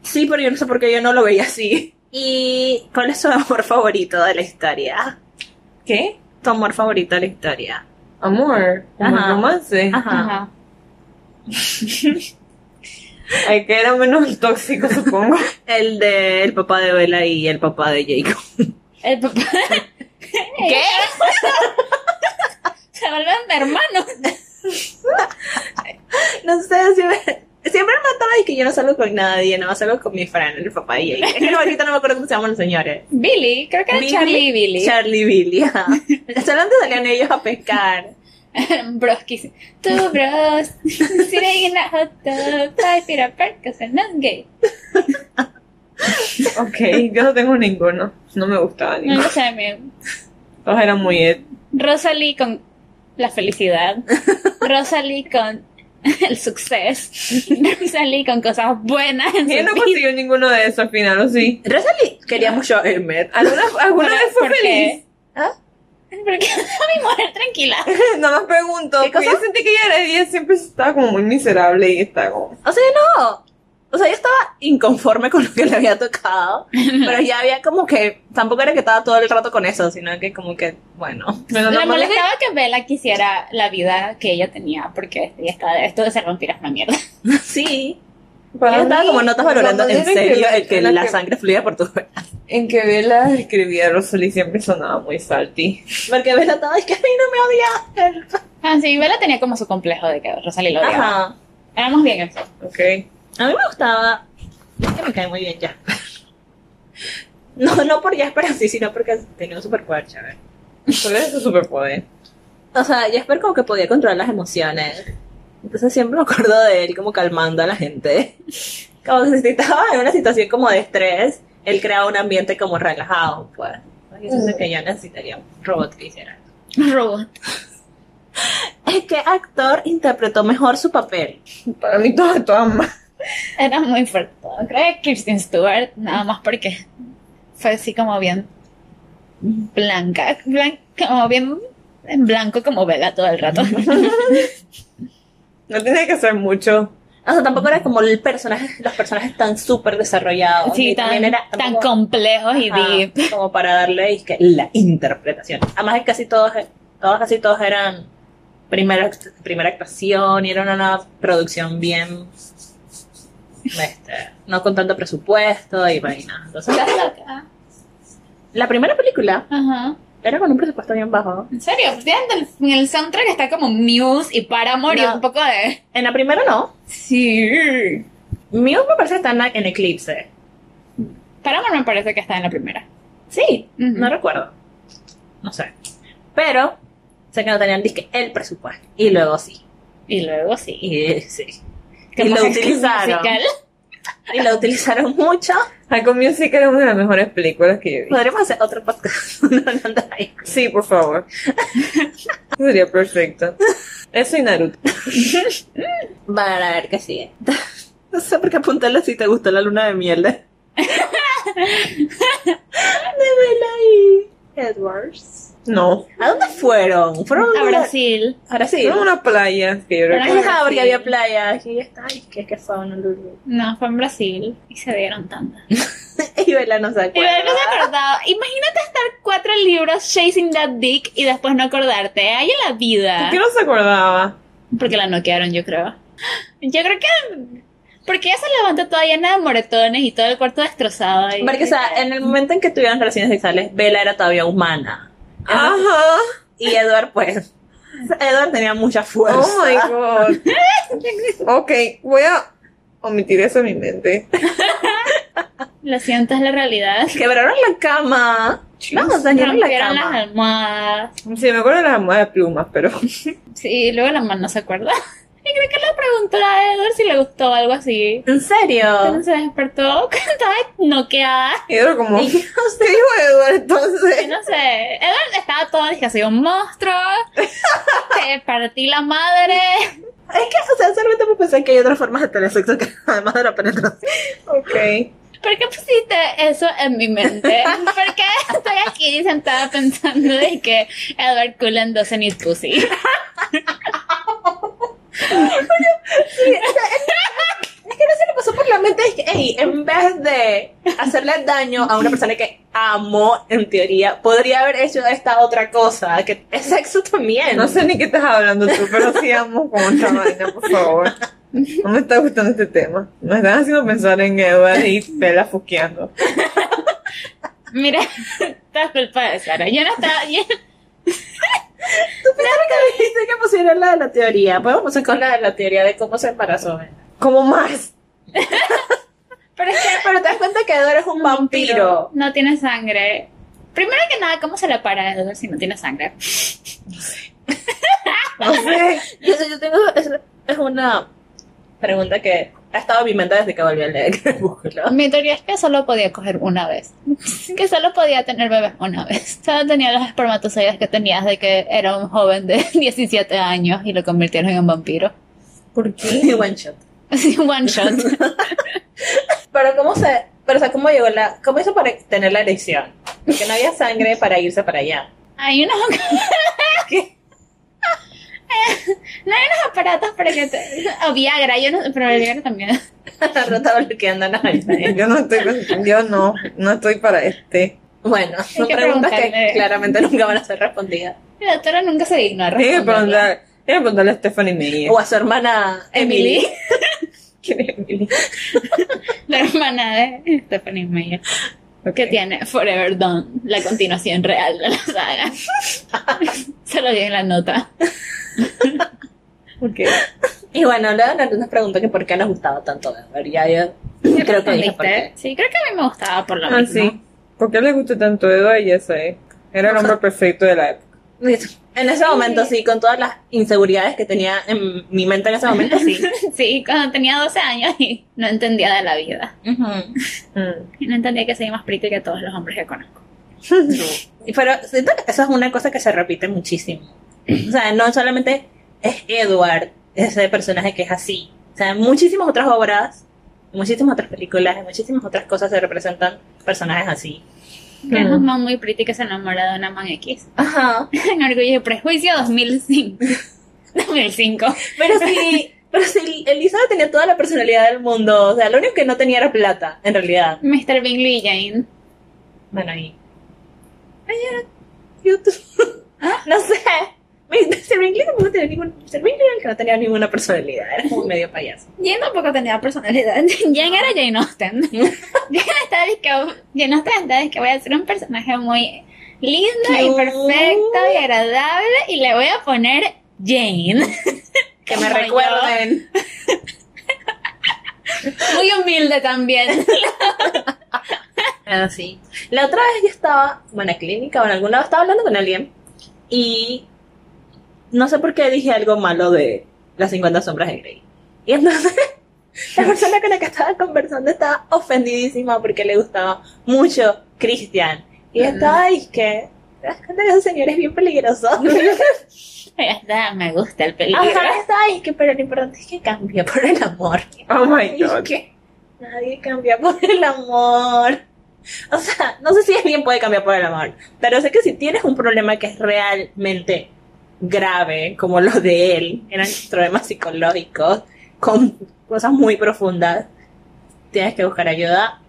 Speaker 2: Sí, pero yo no sé por qué yo no lo veía así. ¿Y cuál es su amor favorito de la historia?
Speaker 4: ¿Qué?
Speaker 2: Tu amor favorito de la historia.
Speaker 4: Amor. Como
Speaker 2: Ajá.
Speaker 4: romance.
Speaker 2: Ajá.
Speaker 3: Ajá.
Speaker 4: El que era menos tóxico, supongo. [LAUGHS]
Speaker 2: El de el papá de Bella y el papá de Jacob.
Speaker 3: El papá. ¿Qué? [LAUGHS] Se vuelven hermanos.
Speaker 2: [LAUGHS] No sé, siempre, siempre me mataba y que yo no salgo con nadie, no salgo con mi friend, el papá de Jacob. Es que no, ahorita no me acuerdo cómo se llaman los señores.
Speaker 3: Billy, creo que era
Speaker 2: Billy,
Speaker 3: Charlie y Billy. [LAUGHS]
Speaker 2: Charlie y Billy. [LAUGHS] ajá. Solamente salían ellos a pescar.
Speaker 3: Broskis. Tú, bros. [LAUGHS] Sitting in a hot tub. Five feet apart, cause I'm not gay.
Speaker 4: Ok, yo no tengo ninguno. No me gustaba
Speaker 3: No
Speaker 4: ninguno.
Speaker 3: lo sé, me-
Speaker 2: Mm.
Speaker 4: Todos eran muy ed.
Speaker 3: Rosalie con la
Speaker 4: [LAUGHS]
Speaker 3: felicidad. Rosalie con [LAUGHS] el suceso. Rosalie con cosas buenas en su
Speaker 4: Yo no
Speaker 3: vida.
Speaker 4: consiguió ninguno de esos al final, ¿o sí?
Speaker 2: Rosalie quería mucho a Emmet. [LAUGHS]
Speaker 4: ¿Alguna, alguna
Speaker 3: Pero,
Speaker 4: vez fue
Speaker 3: ¿por qué? ¿Ah?
Speaker 4: feliz?
Speaker 3: Porque [LAUGHS] mi mujer tranquila.
Speaker 4: [LAUGHS] Nada más pregunto.
Speaker 2: ¿Qué
Speaker 4: porque
Speaker 2: cosa?
Speaker 4: Yo sentí que ella, era- ella siempre estaba como muy miserable y estaba como...
Speaker 2: O sea, no. O sea, yo estaba inconforme con lo que le había [LAUGHS] tocado, pero ya había como que, tampoco era que estaba todo el rato con eso, sino que como que, bueno. [LAUGHS]
Speaker 4: Bueno,
Speaker 3: Le
Speaker 4: no molesta.
Speaker 3: molestaba que Bella quisiera la vida que ella tenía, porque ella estaba de esto de ser vampira es una mierda. [LAUGHS]
Speaker 2: Sí.
Speaker 4: Para
Speaker 2: yo estaba
Speaker 4: mí,
Speaker 2: como no estás valorando
Speaker 4: la
Speaker 2: en
Speaker 4: manera
Speaker 2: serio el que
Speaker 4: en la
Speaker 2: la
Speaker 4: que-
Speaker 2: sangre fluya por tu
Speaker 4: En que Bella escribía a Rosalie siempre sonaba muy salty.
Speaker 2: Porque Bella estaba, es que a mí no me odia.
Speaker 3: Ah, sí, Bella tenía como su complejo de que Rosalie lo odiaba.
Speaker 2: Ajá.
Speaker 3: Éramos bien eso.
Speaker 4: Ok.
Speaker 2: A mí me gustaba. Es que me cae muy bien ya. [LAUGHS] No, no por Jasper así, sino porque tenía un superpoder chévere.
Speaker 4: ¿Cuál es su superpoder?
Speaker 2: O sea, Jasper como que podía controlar las emociones. Entonces siempre me acuerdo de él como calmando a la gente. [LAUGHS] Como que si estaba en una situación como de estrés, él creaba un ambiente como relajado, pues. Yo siento que yo necesitaría un robot que hiciera.
Speaker 3: Robot.
Speaker 2: ¿Y ¿Qué actor interpretó mejor su papel?
Speaker 4: Para mí todas, todas mal.
Speaker 3: Era muy fuerte. Creo que Kristen Stewart, nada más porque fue así como bien blanca, blan- como bien en blanco como Bella todo el rato.
Speaker 2: [LAUGHS]
Speaker 4: No tenía que hacer mucho.
Speaker 2: O sea, tampoco era como el personaje, los personajes tan súper desarrollados.
Speaker 3: sí,
Speaker 2: Y
Speaker 3: tan,
Speaker 2: también era
Speaker 3: tan
Speaker 2: tampoco-
Speaker 3: complejos y
Speaker 2: Ajá,
Speaker 3: deep.
Speaker 2: [LAUGHS] como para darle es que, la interpretación. Además que casi todos, todos casi todos eran primera, act- primera actuación y era una, una producción bien este, no con tanto presupuesto y vaina. Entonces, la, la- la primera película
Speaker 3: Ajá.
Speaker 2: era con un presupuesto bien bajo.
Speaker 3: En serio, Fíjate, en el- en el soundtrack está como Muse y Paramore y
Speaker 2: No.
Speaker 3: un poco de...
Speaker 2: En la primera no.
Speaker 3: Sí.
Speaker 2: Muse me parece que está en, la- en Eclipse.
Speaker 3: Paramore me parece que está en la primera.
Speaker 2: Sí,
Speaker 3: Ujú.
Speaker 2: no recuerdo. No sé. Pero sé que no tenían disque el presupuesto. Y luego sí.
Speaker 3: Y luego sí.
Speaker 2: Y sí.
Speaker 3: ¿Qué
Speaker 2: Y lo
Speaker 3: pasa? ¿Es que es
Speaker 2: utilizaron.
Speaker 3: musical?
Speaker 2: y la utilizaron mucho.
Speaker 4: High School Musical es una de las mejores películas que yo vi.
Speaker 2: Podríamos hacer otro podcast. [LAUGHS] No, no, no, ahí.
Speaker 4: Sí, por favor. Sería perfecto. Eso y Naruto.
Speaker 2: Van a ver qué sigue. [LAUGHS] No sé por qué apuntarle si te gustó la luna de miel. [LAUGHS] De Bella y Edwards.
Speaker 4: No.
Speaker 2: ¿A dónde fueron? Fueron
Speaker 3: A Brasil.
Speaker 2: A Brasil.
Speaker 4: Era una playa que yo
Speaker 3: Pero
Speaker 4: recuerdo.
Speaker 2: Ajá, ah, porque
Speaker 3: Brasil.
Speaker 2: había playa. Y está, ay, que es que fue un lulu.
Speaker 3: No, fue en Brasil. Y se dieron tantas.
Speaker 2: [LAUGHS] Y Bella no se
Speaker 3: Y
Speaker 2: acuerda.
Speaker 3: bueno, no se acordaba. Imagínate estar cuatro libros chasing that dick y después no acordarte. Ay, en la vida.
Speaker 4: ¿Por qué no se acordaba?
Speaker 3: Porque la noquearon, yo creo. Yo creo que. Porque ella se levanta toda llena de moretones y todo el cuarto destrozado. y-
Speaker 2: Porque, o sea, en el momento en que tuvieron relaciones sexuales, Bella era todavía humana.
Speaker 4: Ajá.
Speaker 2: Y Edward, pues. Edward tenía mucha fuerza.
Speaker 4: Oh my god. Ok, voy a omitir eso en mi mente.
Speaker 3: Lo siento, es la realidad.
Speaker 2: Quebraron la cama. No, dañaron la
Speaker 3: Rompieron las
Speaker 2: cama.
Speaker 3: almohadas.
Speaker 4: Sí, me acuerdo de las almohadas de plumas, pero. [LAUGHS]
Speaker 3: Sí, y luego la mano se acuerda. [LAUGHS] Y creo que le preguntó a Edward si le gustó algo así.
Speaker 2: ¿En serio?
Speaker 3: Entonces se despertó, [LAUGHS] estaba noqueada.
Speaker 4: Y era como. ¿Qué dijo Eduardo entonces?
Speaker 3: No sé, Edward estaba todo, dije, soy un monstruo, te partí la madre.
Speaker 2: Es que, o sea, solamente me pensé que hay otras formas de tener sexo que [LAUGHS] además de la penetración.
Speaker 4: Ok.
Speaker 3: ¿Por qué pusiste eso en mi mente? ¿Por qué estoy aquí sentada pensando de que Edward Cullen doesn't need pussy?
Speaker 2: Es que no se le pasó por la mente, es que, hey, en vez de hacerle daño a una persona que amo, en teoría, podría haber hecho esta otra cosa, que es sexo también.
Speaker 4: No sé ni qué estás hablando tú, pero sigamos con esta vaina, por favor. No me está gustando este tema. Me están haciendo pensar en Edward y Pela fuqueando.
Speaker 3: Mira, [LAUGHS] esta es culpa de Sara. Yo no estaba, yo,
Speaker 2: tú pensaste que dijiste que pusieron la de la teoría. Pues Podemos hacer con la de la teoría de cómo se embarazó. ¿eh?
Speaker 4: ¿Cómo más?
Speaker 2: Pero es que, pero te das cuenta que Edward es un
Speaker 3: vampiro,
Speaker 2: vampiro.
Speaker 3: no tiene sangre. Primero que nada, ¿cómo se le para a Edward si no tiene sangre?
Speaker 4: No sé.
Speaker 2: Yo, sé, yo tengo. Es, es una pregunta que Ha estado en mi mente desde que volví a leer [LAUGHS] Crepúsculo.
Speaker 3: [LAUGHS] Mi teoría es que solo podía coger una
Speaker 4: [LAUGHS]
Speaker 3: vez. Que solo podía tener bebés una vez. [LAUGHS] Solo tenía los espermatozoides que tenías de que era un joven de [LAUGHS] 17 años y lo convirtieron en vampiro. [LAUGHS]
Speaker 2: ¿Por qué? [LAUGHS] One shot.
Speaker 3: Así, one shot.
Speaker 4: [LAUGHS]
Speaker 2: Pero cómo se, pero o sea, cómo llegó la, cómo hizo para tener la erección, porque no había sangre para irse para allá. [LAUGHS]
Speaker 3: Hay unos, [LAUGHS]
Speaker 2: ¿Qué?
Speaker 3: no hay unos aparatos para que te... O Viagra, yo no, pero el Viagra también.
Speaker 2: Rota bloqueándonos ahí.
Speaker 4: Yo no estoy, con- yo no, no estoy para este.
Speaker 2: Bueno, son
Speaker 3: que
Speaker 2: preguntas que
Speaker 3: preguntarle.
Speaker 2: claramente nunca van a ser respondidas.
Speaker 3: La doctora nunca se dignó a
Speaker 4: Tiene que
Speaker 3: responderla.
Speaker 4: preguntar, tiene que preguntarle a Stephanie Meyer.
Speaker 2: O a su hermana Emily.
Speaker 3: Emily,
Speaker 4: [LAUGHS] ¿Quién es Emily?
Speaker 3: [LAUGHS] la hermana de Stephanie Meyer, que tiene Forever Dawn, la continuación real de la saga.
Speaker 2: [LAUGHS]
Speaker 3: se lo di en la nota.
Speaker 4: Ok.
Speaker 2: Y bueno, luego Naruto nos preguntó que por qué nos gustaba tanto ver. Ya yo creo que dije por
Speaker 3: ¿Entendiste?
Speaker 2: qué.
Speaker 3: Sí, creo que a mí me gustaba por lo
Speaker 4: Ah,
Speaker 3: menos.
Speaker 4: sí. ¿Por qué le gusta tanto Edo a ella? sé? Era el hombre perfecto de la época.
Speaker 2: En ese momento sí, con todas las inseguridades que tenía en mi mente en ese momento [LAUGHS] sí.
Speaker 3: Sí, cuando tenía 12 años y no entendía de la vida.
Speaker 4: Mm.
Speaker 3: Y no entendía que soy más pretty que todos los hombres que conozco.
Speaker 2: Pero siento que eso es una cosa que se repite muchísimo. O sea, no solamente es Edward, ese personaje que es así. O sea, en muchísimas otras obras, en muchísimas otras películas, en muchísimas otras cosas se representan personajes así.
Speaker 3: Que es
Speaker 4: Mm.
Speaker 3: un man muy pretty que se enamora de una man X. [LAUGHS]
Speaker 2: Ajá.
Speaker 3: En Orgullo y Prejuicio 2005. [LAUGHS] 2005.
Speaker 2: Pero [LAUGHS] sí, pero sí, Elizabeth tenía toda la personalidad del mundo. O sea, lo único que no tenía era plata, en realidad.
Speaker 3: Mr. Bingley y Jane.
Speaker 2: Bueno, y. Ay, era YouTube. [LAUGHS] No sé. Mr. Bingley tampoco tenía ningún. Mr. Bingley era el que no tenía ninguna personalidad. Era como medio payaso.
Speaker 3: Jane tampoco tenía personalidad. [LAUGHS] Jane era Jane Austen. Jane está de que, Jane Austen está de que voy a ser un personaje muy lindo y
Speaker 2: Cute.
Speaker 3: perfecto y agradable y le voy a poner Jane.
Speaker 2: Que me
Speaker 3: Como yo.
Speaker 2: recuerden.
Speaker 3: Muy humilde también.
Speaker 2: Ah, sí. La otra vez yo estaba como en la clínica o en algún lado, estaba hablando con alguien y no sé por qué dije algo malo de las 50 sombras de Grey. Y entonces [LAUGHS] la persona con la que estaba conversando estaba ofendidísima porque le gustaba mucho Christian. Y yo estaba, ay, ¿qué? ¿Te das cuenta que ese señor es bien peligroso?
Speaker 3: [LAUGHS]
Speaker 2: [LAUGHS]
Speaker 3: Ya está, me gusta el peligro.
Speaker 2: Ajá, está, Ah, ay, que pero lo importante es que cambia por el amor.
Speaker 4: Oh my
Speaker 2: Ay,
Speaker 4: god.
Speaker 2: que nadie cambia por el amor. O sea, no sé si alguien puede cambiar por el amor, pero sé que si tienes un problema que es realmente grave, como los de él, eran problemas psicológicos, con cosas muy profundas, tienes que buscar ayuda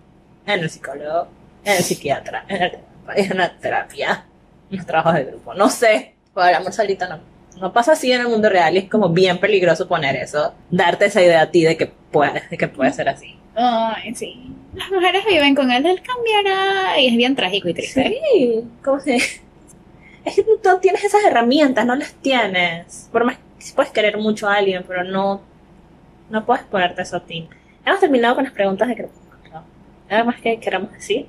Speaker 2: en el psicólogo, en el psiquiatra, en, el- en una terapia, en los trabajos de grupo. No sé, por el amor solito no no pasa así en el mundo real y es como bien peligroso poner eso, darte esa idea a ti de que puede, de que puede ser así.
Speaker 3: Ay, sí. Las mujeres viven con él, él cambiará. Y es bien trágico y triste.
Speaker 2: Sí, como si... Es que no tienes esas herramientas, no las tienes. Por más que puedes querer mucho a alguien, pero no, no puedes ponerte eso a ti. Hemos terminado con las preguntas de Crepúsculo. ¿Algo más que queramos decir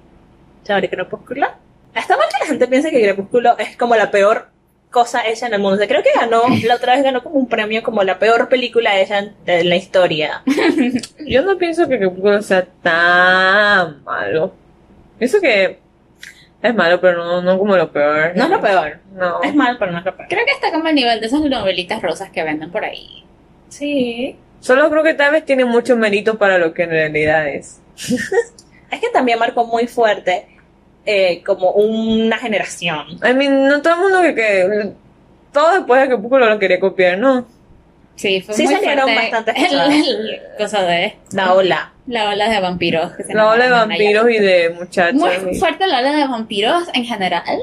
Speaker 2: sobre Crepúsculo? Está mal que la gente piense que Crepúsculo es como la peor cosa hecha en el mundo. O sea, creo que ganó, la otra vez ganó como un premio como la peor película hecha en- de la historia.
Speaker 4: Yo no pienso que Crepúsculo sea tan malo. Pienso que es malo, pero no, no como lo peor.
Speaker 2: No es lo peor.
Speaker 4: No.
Speaker 2: Es mal, pero no es lo peor.
Speaker 3: Creo que está como al nivel de esas novelitas rosas que venden por ahí.
Speaker 2: Sí.
Speaker 4: Solo creo que tal vez tiene mucho mérito para lo que en realidad es.
Speaker 2: Es que también marcó muy fuerte eh, como una generación.
Speaker 4: I mean, no todo el mundo que... que todo después de Crepúsculo lo quería copiar, ¿no?
Speaker 3: Sí, fue
Speaker 2: Sí,
Speaker 3: muy
Speaker 2: salieron
Speaker 3: fuerte
Speaker 2: bastantes
Speaker 3: [LAUGHS] el-
Speaker 2: cosas.
Speaker 3: el- cosa de
Speaker 2: La ola.
Speaker 3: la ola de vampiros. que se
Speaker 4: La ola de
Speaker 3: enamoran allá.
Speaker 4: vampiros y de muchachos.
Speaker 3: Muy fuerte la ola de vampiros en general.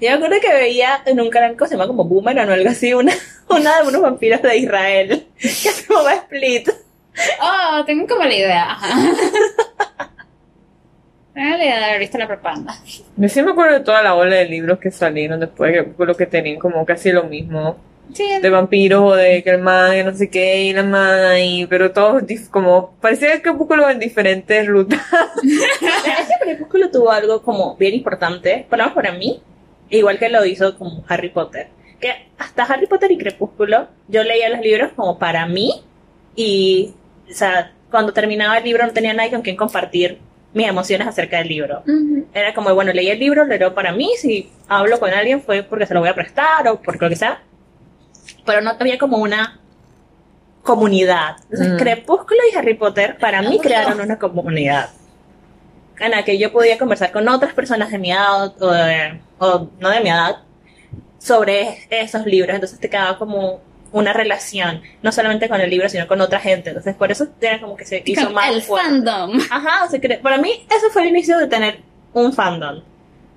Speaker 2: Yo me acuerdo que veía en un canal que se llama como Boomer o algo así, una, [LAUGHS] una de unos vampiros de Israel [LAUGHS] que se llama Split.
Speaker 3: Oh, tengo como la idea.
Speaker 2: [LAUGHS]
Speaker 3: ajá. tengo la idea de haber visto la propaganda.
Speaker 4: Yo sí me acuerdo de toda la ola de libros que salieron después de Crepúsculo que tenían como casi lo mismo.
Speaker 3: Sí,
Speaker 4: de vampiros o de que el man y no sé qué y la man y- pero todos dif- como parecía que Crepúsculo en diferentes rutas [LAUGHS]
Speaker 2: Ese crepúsculo tuvo algo como bien importante, por lo menos para mí, igual que lo hizo con Harry Potter. Que hasta Harry Potter y Crepúsculo, yo leía los libros como para mí y, o sea, cuando terminaba el libro no tenía nadie con quien compartir mis emociones acerca del libro.
Speaker 3: Ujú.
Speaker 2: Era como, bueno, leí el libro, lo leo para mí, si hablo con alguien fue porque se lo voy a prestar o por lo que sea. Pero no había como una comunidad. Entonces,
Speaker 4: Mm.
Speaker 2: Crepúsculo y Harry Potter para mí
Speaker 3: Crepúsculo.
Speaker 2: crearon una comunidad en la que yo podía conversar con otras personas de mi edad o, de- o no de mi edad sobre esos libros. Entonces te quedaba como una relación, no solamente con el libro, sino con otra gente. Entonces por eso era como que se hizo más
Speaker 3: El
Speaker 2: fuerte.
Speaker 3: fandom.
Speaker 2: Ajá, se cre- para mí eso fue el inicio de tener un fandom.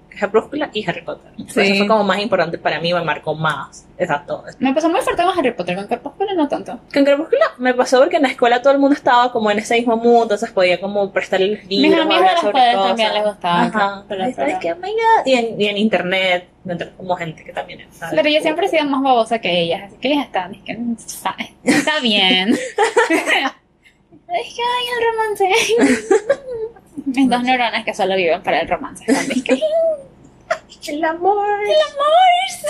Speaker 2: Crepúsculo y Harry Potter.
Speaker 4: Sí.
Speaker 2: Eso fue como más importante para mí, me marcó más. Exacto.
Speaker 3: Me pasó pues muy fuerte con Harry Potter, con Crepúsculo no tanto.
Speaker 2: Con Crepúsculo me pasó porque en la escuela todo el mundo estaba como en ese mismo mood, entonces podía como prestarle los libros.
Speaker 3: Mis amigos de
Speaker 2: hablar
Speaker 3: los
Speaker 2: sobre
Speaker 3: padres
Speaker 2: cosas.
Speaker 3: también les gustaba.
Speaker 2: Ajá.
Speaker 3: Pero-
Speaker 2: Ahí está,
Speaker 3: pero-
Speaker 2: es que, oh my God. Y, en, y en internet, me entré como gente que también está.
Speaker 3: Pero yo siempre he sido más babosa que ellas, así que ellas están, es que no sabe, está
Speaker 2: [LAUGHS]
Speaker 3: bien. es que hay el romance. Mis dos neuronas que solo viven para el romance. están, Es que el
Speaker 2: El amor.
Speaker 3: amor.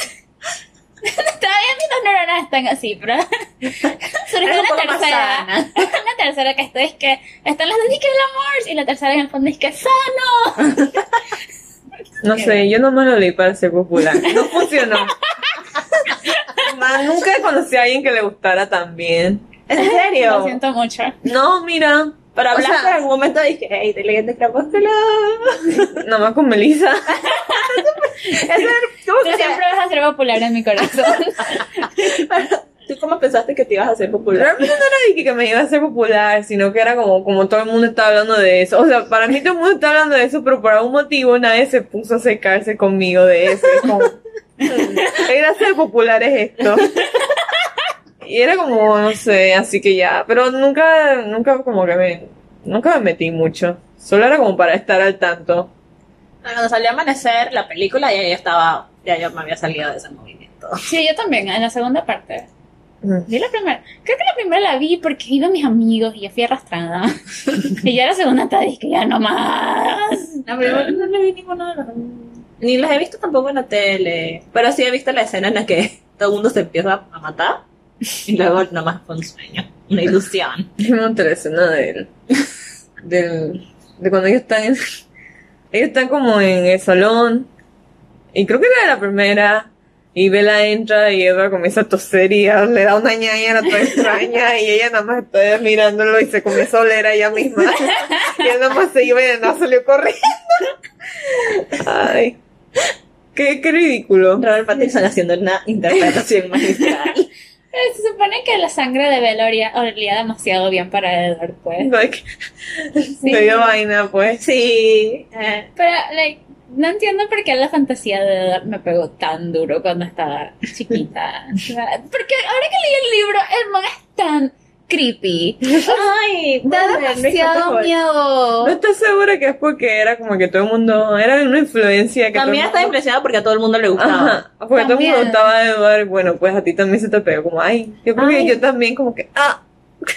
Speaker 3: Está bien, mis dos neuronas están así, pero.
Speaker 2: [LAUGHS]
Speaker 3: Sobre
Speaker 2: Eres
Speaker 3: todo
Speaker 2: un poco
Speaker 3: la
Speaker 2: más
Speaker 3: tercera. [LAUGHS]
Speaker 2: sana.
Speaker 3: La tercera que estoy es que están las dos es que el amor y la tercera en el fondo es que sano.
Speaker 4: No sé, yo nomás lo leí para ser popular. No
Speaker 3: [LAUGHS]
Speaker 4: funcionó. Ma, nunca conocí a alguien que le gustara tan bien.
Speaker 2: ¿En
Speaker 3: Lo
Speaker 2: serio?
Speaker 3: siento
Speaker 2: [LAUGHS]
Speaker 3: mucho.
Speaker 4: No, mira.
Speaker 2: Pero
Speaker 4: O
Speaker 2: hablaste
Speaker 4: sea,
Speaker 2: en algún momento dije, hey, te leyendo Crepúsculo.
Speaker 4: nomás con Melissa.
Speaker 2: Eso era- ¿cómo
Speaker 3: Tú
Speaker 2: que-
Speaker 3: siempre vas a ser popular en mi corazón.
Speaker 2: [LAUGHS] ¿Tú cómo pensaste que te ibas a hacer popular?
Speaker 4: Realmente no era de que, que me iba a hacer popular, sino que era como, como todo el mundo estaba hablando de eso. O sea, para mí todo el mundo está hablando de eso, pero por algún motivo nadie se puso a secarse conmigo de eso. Es como, "Hmm, era ser popular es esto. Y era como, no sé, así que ya. Pero nunca, nunca como que me, nunca me metí mucho. Solo era como para estar al tanto.
Speaker 2: Cuando salió Amanecer, la película, ya yo estaba, ya yo me había salido de ese movimiento.
Speaker 3: Sí, yo también, en la segunda parte. Vi la primera. Creo que la primera la vi porque iban mis amigos y yo
Speaker 2: [LAUGHS]
Speaker 3: fui arrastrada. y ya la segunda estaba que ya no más.
Speaker 2: No, pero no le vi ninguna de las- Ni las he visto tampoco en la tele. Pero sí he visto la escena en la que [LAUGHS] todo el mundo se empieza a matar. Y luego nada más fue un sueño, una ilusión.
Speaker 4: Yo me enteré escena del, del, de cuando ellos están en- ellos están como en el salón y creo que era la primera y Bella entra y Eva comienza a toser y a- le da una ñaña a la toda extraña y ella nada más está mirándolo y se comienza a oler a ella misma y él nada más se iba y de nada salió corriendo ay qué, qué ridículo
Speaker 2: Robert Pattinson haciendo una
Speaker 3: [LAUGHS]
Speaker 2: interpretación magistral.
Speaker 3: Pero se supone que la sangre de Bella olía, olía demasiado bien para Edward, pues.
Speaker 4: like, me dio vaina pues
Speaker 2: Sí. eh,
Speaker 3: Pero, like, no entiendo por qué la fantasía de Edward me pegó tan duro cuando estaba
Speaker 4: [LAUGHS]
Speaker 3: chiquita. O sea, Porque ahora que leí el libro, el man es tan creepy.
Speaker 2: Ay,
Speaker 3: Da
Speaker 2: bueno, Luis, por
Speaker 3: demasiado
Speaker 2: favor.
Speaker 3: miedo.
Speaker 4: No estoy segura que es porque era como que todo el mundo. Era una influencia que.
Speaker 2: También
Speaker 4: todo
Speaker 2: estaba
Speaker 4: el mundo,
Speaker 2: impresionada porque a todo el mundo le gustaba.
Speaker 4: Ajá, porque todo el
Speaker 3: También.
Speaker 4: mundo estaba de Eduardo. Bueno, pues a ti también se te pegó. Como, ay. Yo creo
Speaker 2: Ay.
Speaker 4: que yo también, como que. Ah,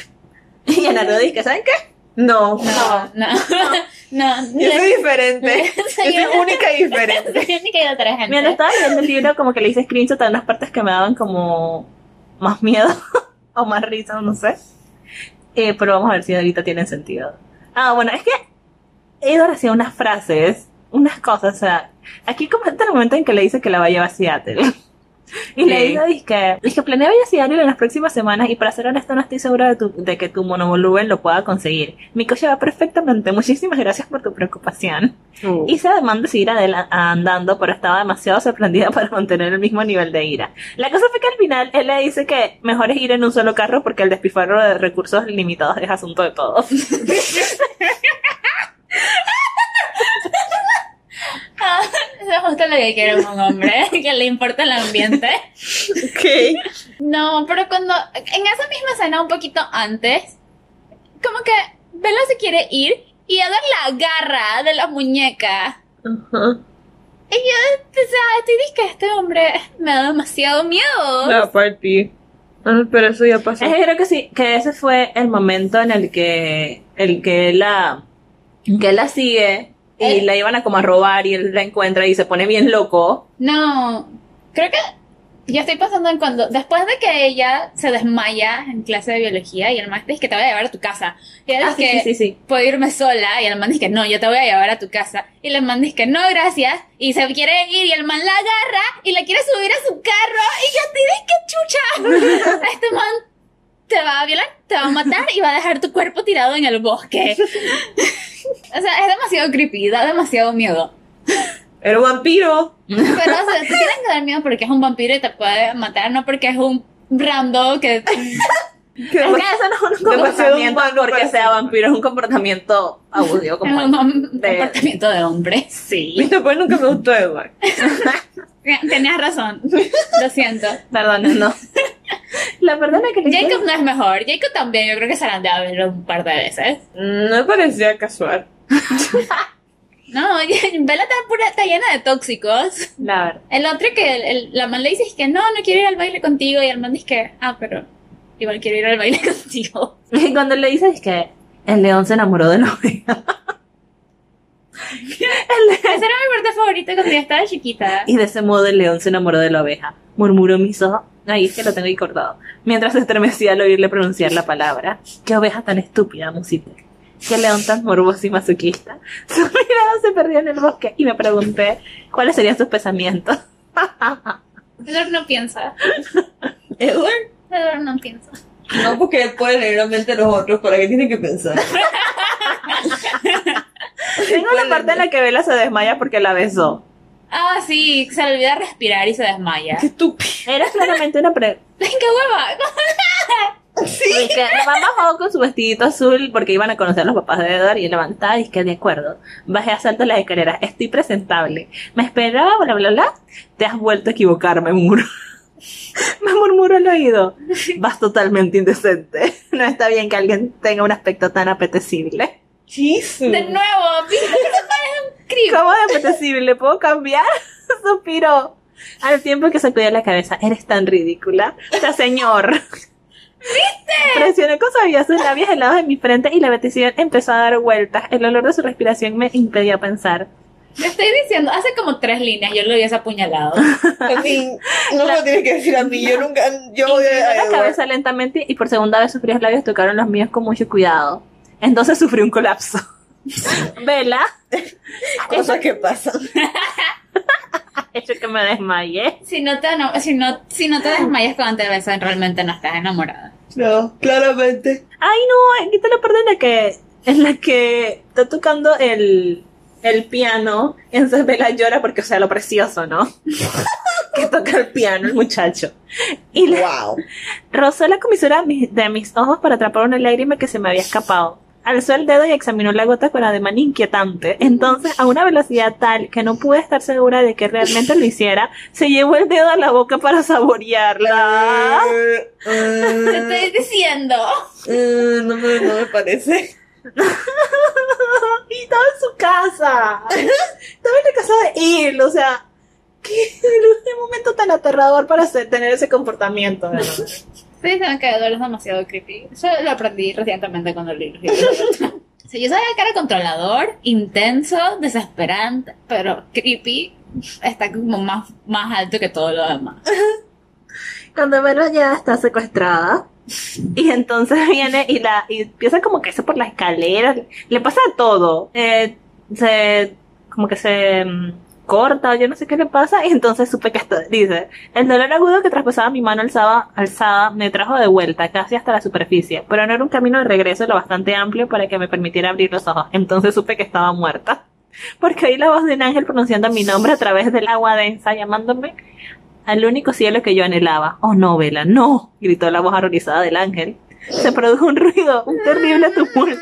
Speaker 2: [LAUGHS] Y a Naruto dije, ¿saben qué?
Speaker 4: no.
Speaker 3: No, no, [LAUGHS] no.
Speaker 4: Yo
Speaker 3: Le-
Speaker 4: soy diferente. yo
Speaker 3: Soy
Speaker 4: soy
Speaker 3: una-
Speaker 4: única
Speaker 3: [LAUGHS]
Speaker 4: y diferente.
Speaker 3: Yo ni que otra gente.
Speaker 2: Mientras estaba leyendo el libro, como que le hice screenshot a unas partes que me daban como más miedo [LAUGHS] o más risa, no sé. Eh, pero vamos a ver si ahorita tienen sentido. Ah, bueno, es que Edward hacía unas frases, unas cosas, o sea, aquí comenta el momento en que le dice que la va a llevar a Seattle. [LAUGHS] Y le
Speaker 4: Sí.
Speaker 2: dice, dizque, dizque, planea ir a Seattle en las próximas semanas y para ser honesta no estoy segura de, tu- de que tu monovolumen lo pueda conseguir. Mi coche va perfectamente, muchísimas gracias por tu preocupación. Hice ademán de seguir adela- andando, pero estaba demasiado sorprendida [LAUGHS] para mantener el mismo nivel de ira. La cosa fue que al final él le dice que mejor es ir en un solo carro porque el despilfarro de recursos limitados es asunto de todos.
Speaker 3: Ah, Eso es justo lo que quiere un hombre, [LAUGHS] que le importa el ambiente.
Speaker 4: Ok.
Speaker 3: No, pero cuando. En esa misma escena, un poquito antes, como que Bella se quiere ir y Edward la agarra de la muñeca.
Speaker 4: Ajá.
Speaker 3: Y yo, o sea, estoy que este hombre me da demasiado miedo.
Speaker 4: La party. Ah, pero eso ya pasó.
Speaker 2: Es que creo que sí, que ese fue el momento en el que el que la que la sigue y
Speaker 3: Eh.
Speaker 2: la iban a como a robar y él la encuentra y se pone bien loco.
Speaker 3: No, creo que Yo estoy pensando en cuando, después de que ella se desmaya en clase de biología y el maestro dice que te voy a llevar a tu casa. Y ella
Speaker 2: Ah,
Speaker 3: dice
Speaker 2: sí,
Speaker 3: que
Speaker 2: sí, sí, sí.
Speaker 3: puedo irme sola y el man dice que no, yo te voy a llevar a tu casa. Y el man dice que no, gracias. Y se quiere ir y el man la agarra y la quiere subir a su carro y yo te dije
Speaker 2: [LAUGHS]
Speaker 3: que chucha. Este man te va a violar, te va a matar y va a dejar tu cuerpo tirado en el bosque. o sea, es demasiado creepy, da demasiado miedo.
Speaker 2: Era un vampiro.
Speaker 3: Pero o sea, te tienes que dar miedo porque es un vampiro y te puede matar, no porque es un rando que
Speaker 2: Que
Speaker 3: Es
Speaker 2: dema-
Speaker 4: [LAUGHS]
Speaker 3: que eso
Speaker 2: no es un
Speaker 4: demasiado
Speaker 2: comportamiento
Speaker 4: humano
Speaker 2: porque
Speaker 4: para
Speaker 2: sea
Speaker 4: ser
Speaker 2: vampiro, es un comportamiento aburrido
Speaker 3: es [LAUGHS]
Speaker 2: como
Speaker 3: un un
Speaker 2: de-
Speaker 3: comportamiento de hombre. Sí.
Speaker 4: Viste, pues nunca me gustó Edward.
Speaker 3: Tenías razón. Lo siento.
Speaker 2: Perdón, no. La persona que le
Speaker 3: Jacob no es mejor. Jacob también, yo creo que se la han de haber un par de veces.
Speaker 4: Mm, No me parecía casual.
Speaker 3: No, [LAUGHS] Bella está, pura, está llena de tóxicos.
Speaker 2: La verdad.
Speaker 3: El otro que el- el- la man le dice es que no, no quiero ir al baile contigo. Y el man dice que, ah, pero igual quiero ir al baile [LAUGHS] contigo.
Speaker 2: [LAUGHS] Y cuando le dices que el león se enamoró de [LAUGHS] la oveja.
Speaker 3: Esa era mi parte favorita cuando yo estaba chiquita.
Speaker 2: Y de ese modo el león se enamoró de la oveja. Murmuró mis ojos. Ay, es que lo tengo ahí cortado. Mientras se estremecía al oírle pronunciar la palabra. Qué oveja tan estúpida, música. Qué león tan morboso y masoquista. [LAUGHS] Su mirada se perdió en el bosque y me pregunté cuáles serían sus pensamientos. [LAUGHS]
Speaker 3: Edward no piensa.
Speaker 4: ¿Edward?
Speaker 3: Edward no piensa.
Speaker 4: No, porque él puede leer la mente de los otros. ¿Para qué tiene que pensar?
Speaker 2: Tengo la parte en la que Vela se desmaya porque la besó.
Speaker 3: Ah, sí, se le olvida respirar y se desmaya.
Speaker 4: [LAUGHS] Qué estúpido.
Speaker 2: Era claramente una pre...
Speaker 3: ¡Qué hueva!
Speaker 2: Y que la mamá bajó con su vestidito azul porque iban a conocer a los papás de Edward y levantada y que de acuerdo, bajé a salto las escaleras, estoy presentable, me esperaba, bla, bla, bla, te has vuelto a equivocar, me murmuró. [LAUGHS] Me murmuró al oído. Vas totalmente indecente. [LAUGHS] No está bien que alguien tenga un aspecto tan apetecible.
Speaker 4: Jesus.
Speaker 3: De nuevo, ¿viste que se parece un
Speaker 2: [LAUGHS]
Speaker 3: creep?
Speaker 2: ¿Cómo de apetecible? ¿Puedo cambiar? [LAUGHS] Suspiró. Al tiempo que sacudía la cabeza, eres tan ridícula. O sea, señor. ¿Viste? Presioné con suavidad sus labios helados en mi frente y la apetición empezó a dar vueltas. El olor de su respiración me impedía pensar.
Speaker 3: Te estoy diciendo, hace como tres líneas yo lo hubiese apuñalado.
Speaker 4: A
Speaker 2: [LAUGHS]
Speaker 4: mí, no me lo tienes que decir a mí. Yo nunca. Yo
Speaker 2: Inclinó
Speaker 4: odio a
Speaker 2: la
Speaker 4: Edward.
Speaker 2: cabeza lentamente y por segunda vez sus fríos labios tocaron los míos con mucho cuidado. Entonces sufrí un colapso. [LAUGHS] Vela, [LAUGHS]
Speaker 4: Cosas que pasan.
Speaker 2: hecho que me desmayé.
Speaker 3: Si no te, no- si no, si no te
Speaker 2: Ah.
Speaker 3: desmayas cuando te besan, realmente no
Speaker 2: [LAUGHS]
Speaker 3: estás enamorada.
Speaker 4: No, claramente.
Speaker 2: Ay, no, aquí te la parte en la que, en la que está tocando el, el piano. Entonces Bella llora porque, o sea, lo precioso, ¿no? [LAUGHS] que toca el piano el muchacho. Y le
Speaker 4: Wow.
Speaker 2: rozó la comisura de mis- de mis ojos para atrapar una lágrima que se me había escapado. Alzó el dedo y examinó la gota con ademán inquietante. Entonces, a una velocidad tal que no pude estar segura de que realmente lo hiciera, se llevó el dedo a la boca para
Speaker 4: [LAUGHS]
Speaker 2: saborearla.
Speaker 3: Te estoy diciendo.
Speaker 4: Mm, no, me, no me parece.
Speaker 2: y estaba en su casa. [LAUGHS] Estaba en la casa de él, o sea, qué [LAUGHS] un momento tan aterrador para hacer- tener ese comportamiento. de verdad.
Speaker 3: Estoy diciendo que Eduardo es demasiado creepy. Eso lo aprendí recientemente cuando leí los
Speaker 2: [LAUGHS]
Speaker 3: libros. O sea, yo sabía que era controlador, intenso, desesperante, pero creepy está como más, más alto que todo lo demás.
Speaker 2: Cuando Vero ya está secuestrada. Y entonces [LAUGHS] viene y la y empieza como que eso por las escaleras. Le pasa de todo. Eh, se como que se mm, corta o yo no sé qué le pasa. Y entonces supe que esto dice. El dolor agudo que traspasaba mi mano alzaba, alzada me trajo de vuelta casi hasta la superficie. Pero no era un camino de regreso lo bastante amplio para que me permitiera abrir los ojos. Entonces supe que estaba muerta. [LAUGHS] Porque oí la voz de un ángel pronunciando mi nombre a través del agua densa, llamándome al único cielo que yo anhelaba. Oh no, Vela, no, gritó la voz horrorizada del ángel. Se produjo un ruido, un terrible tumulto.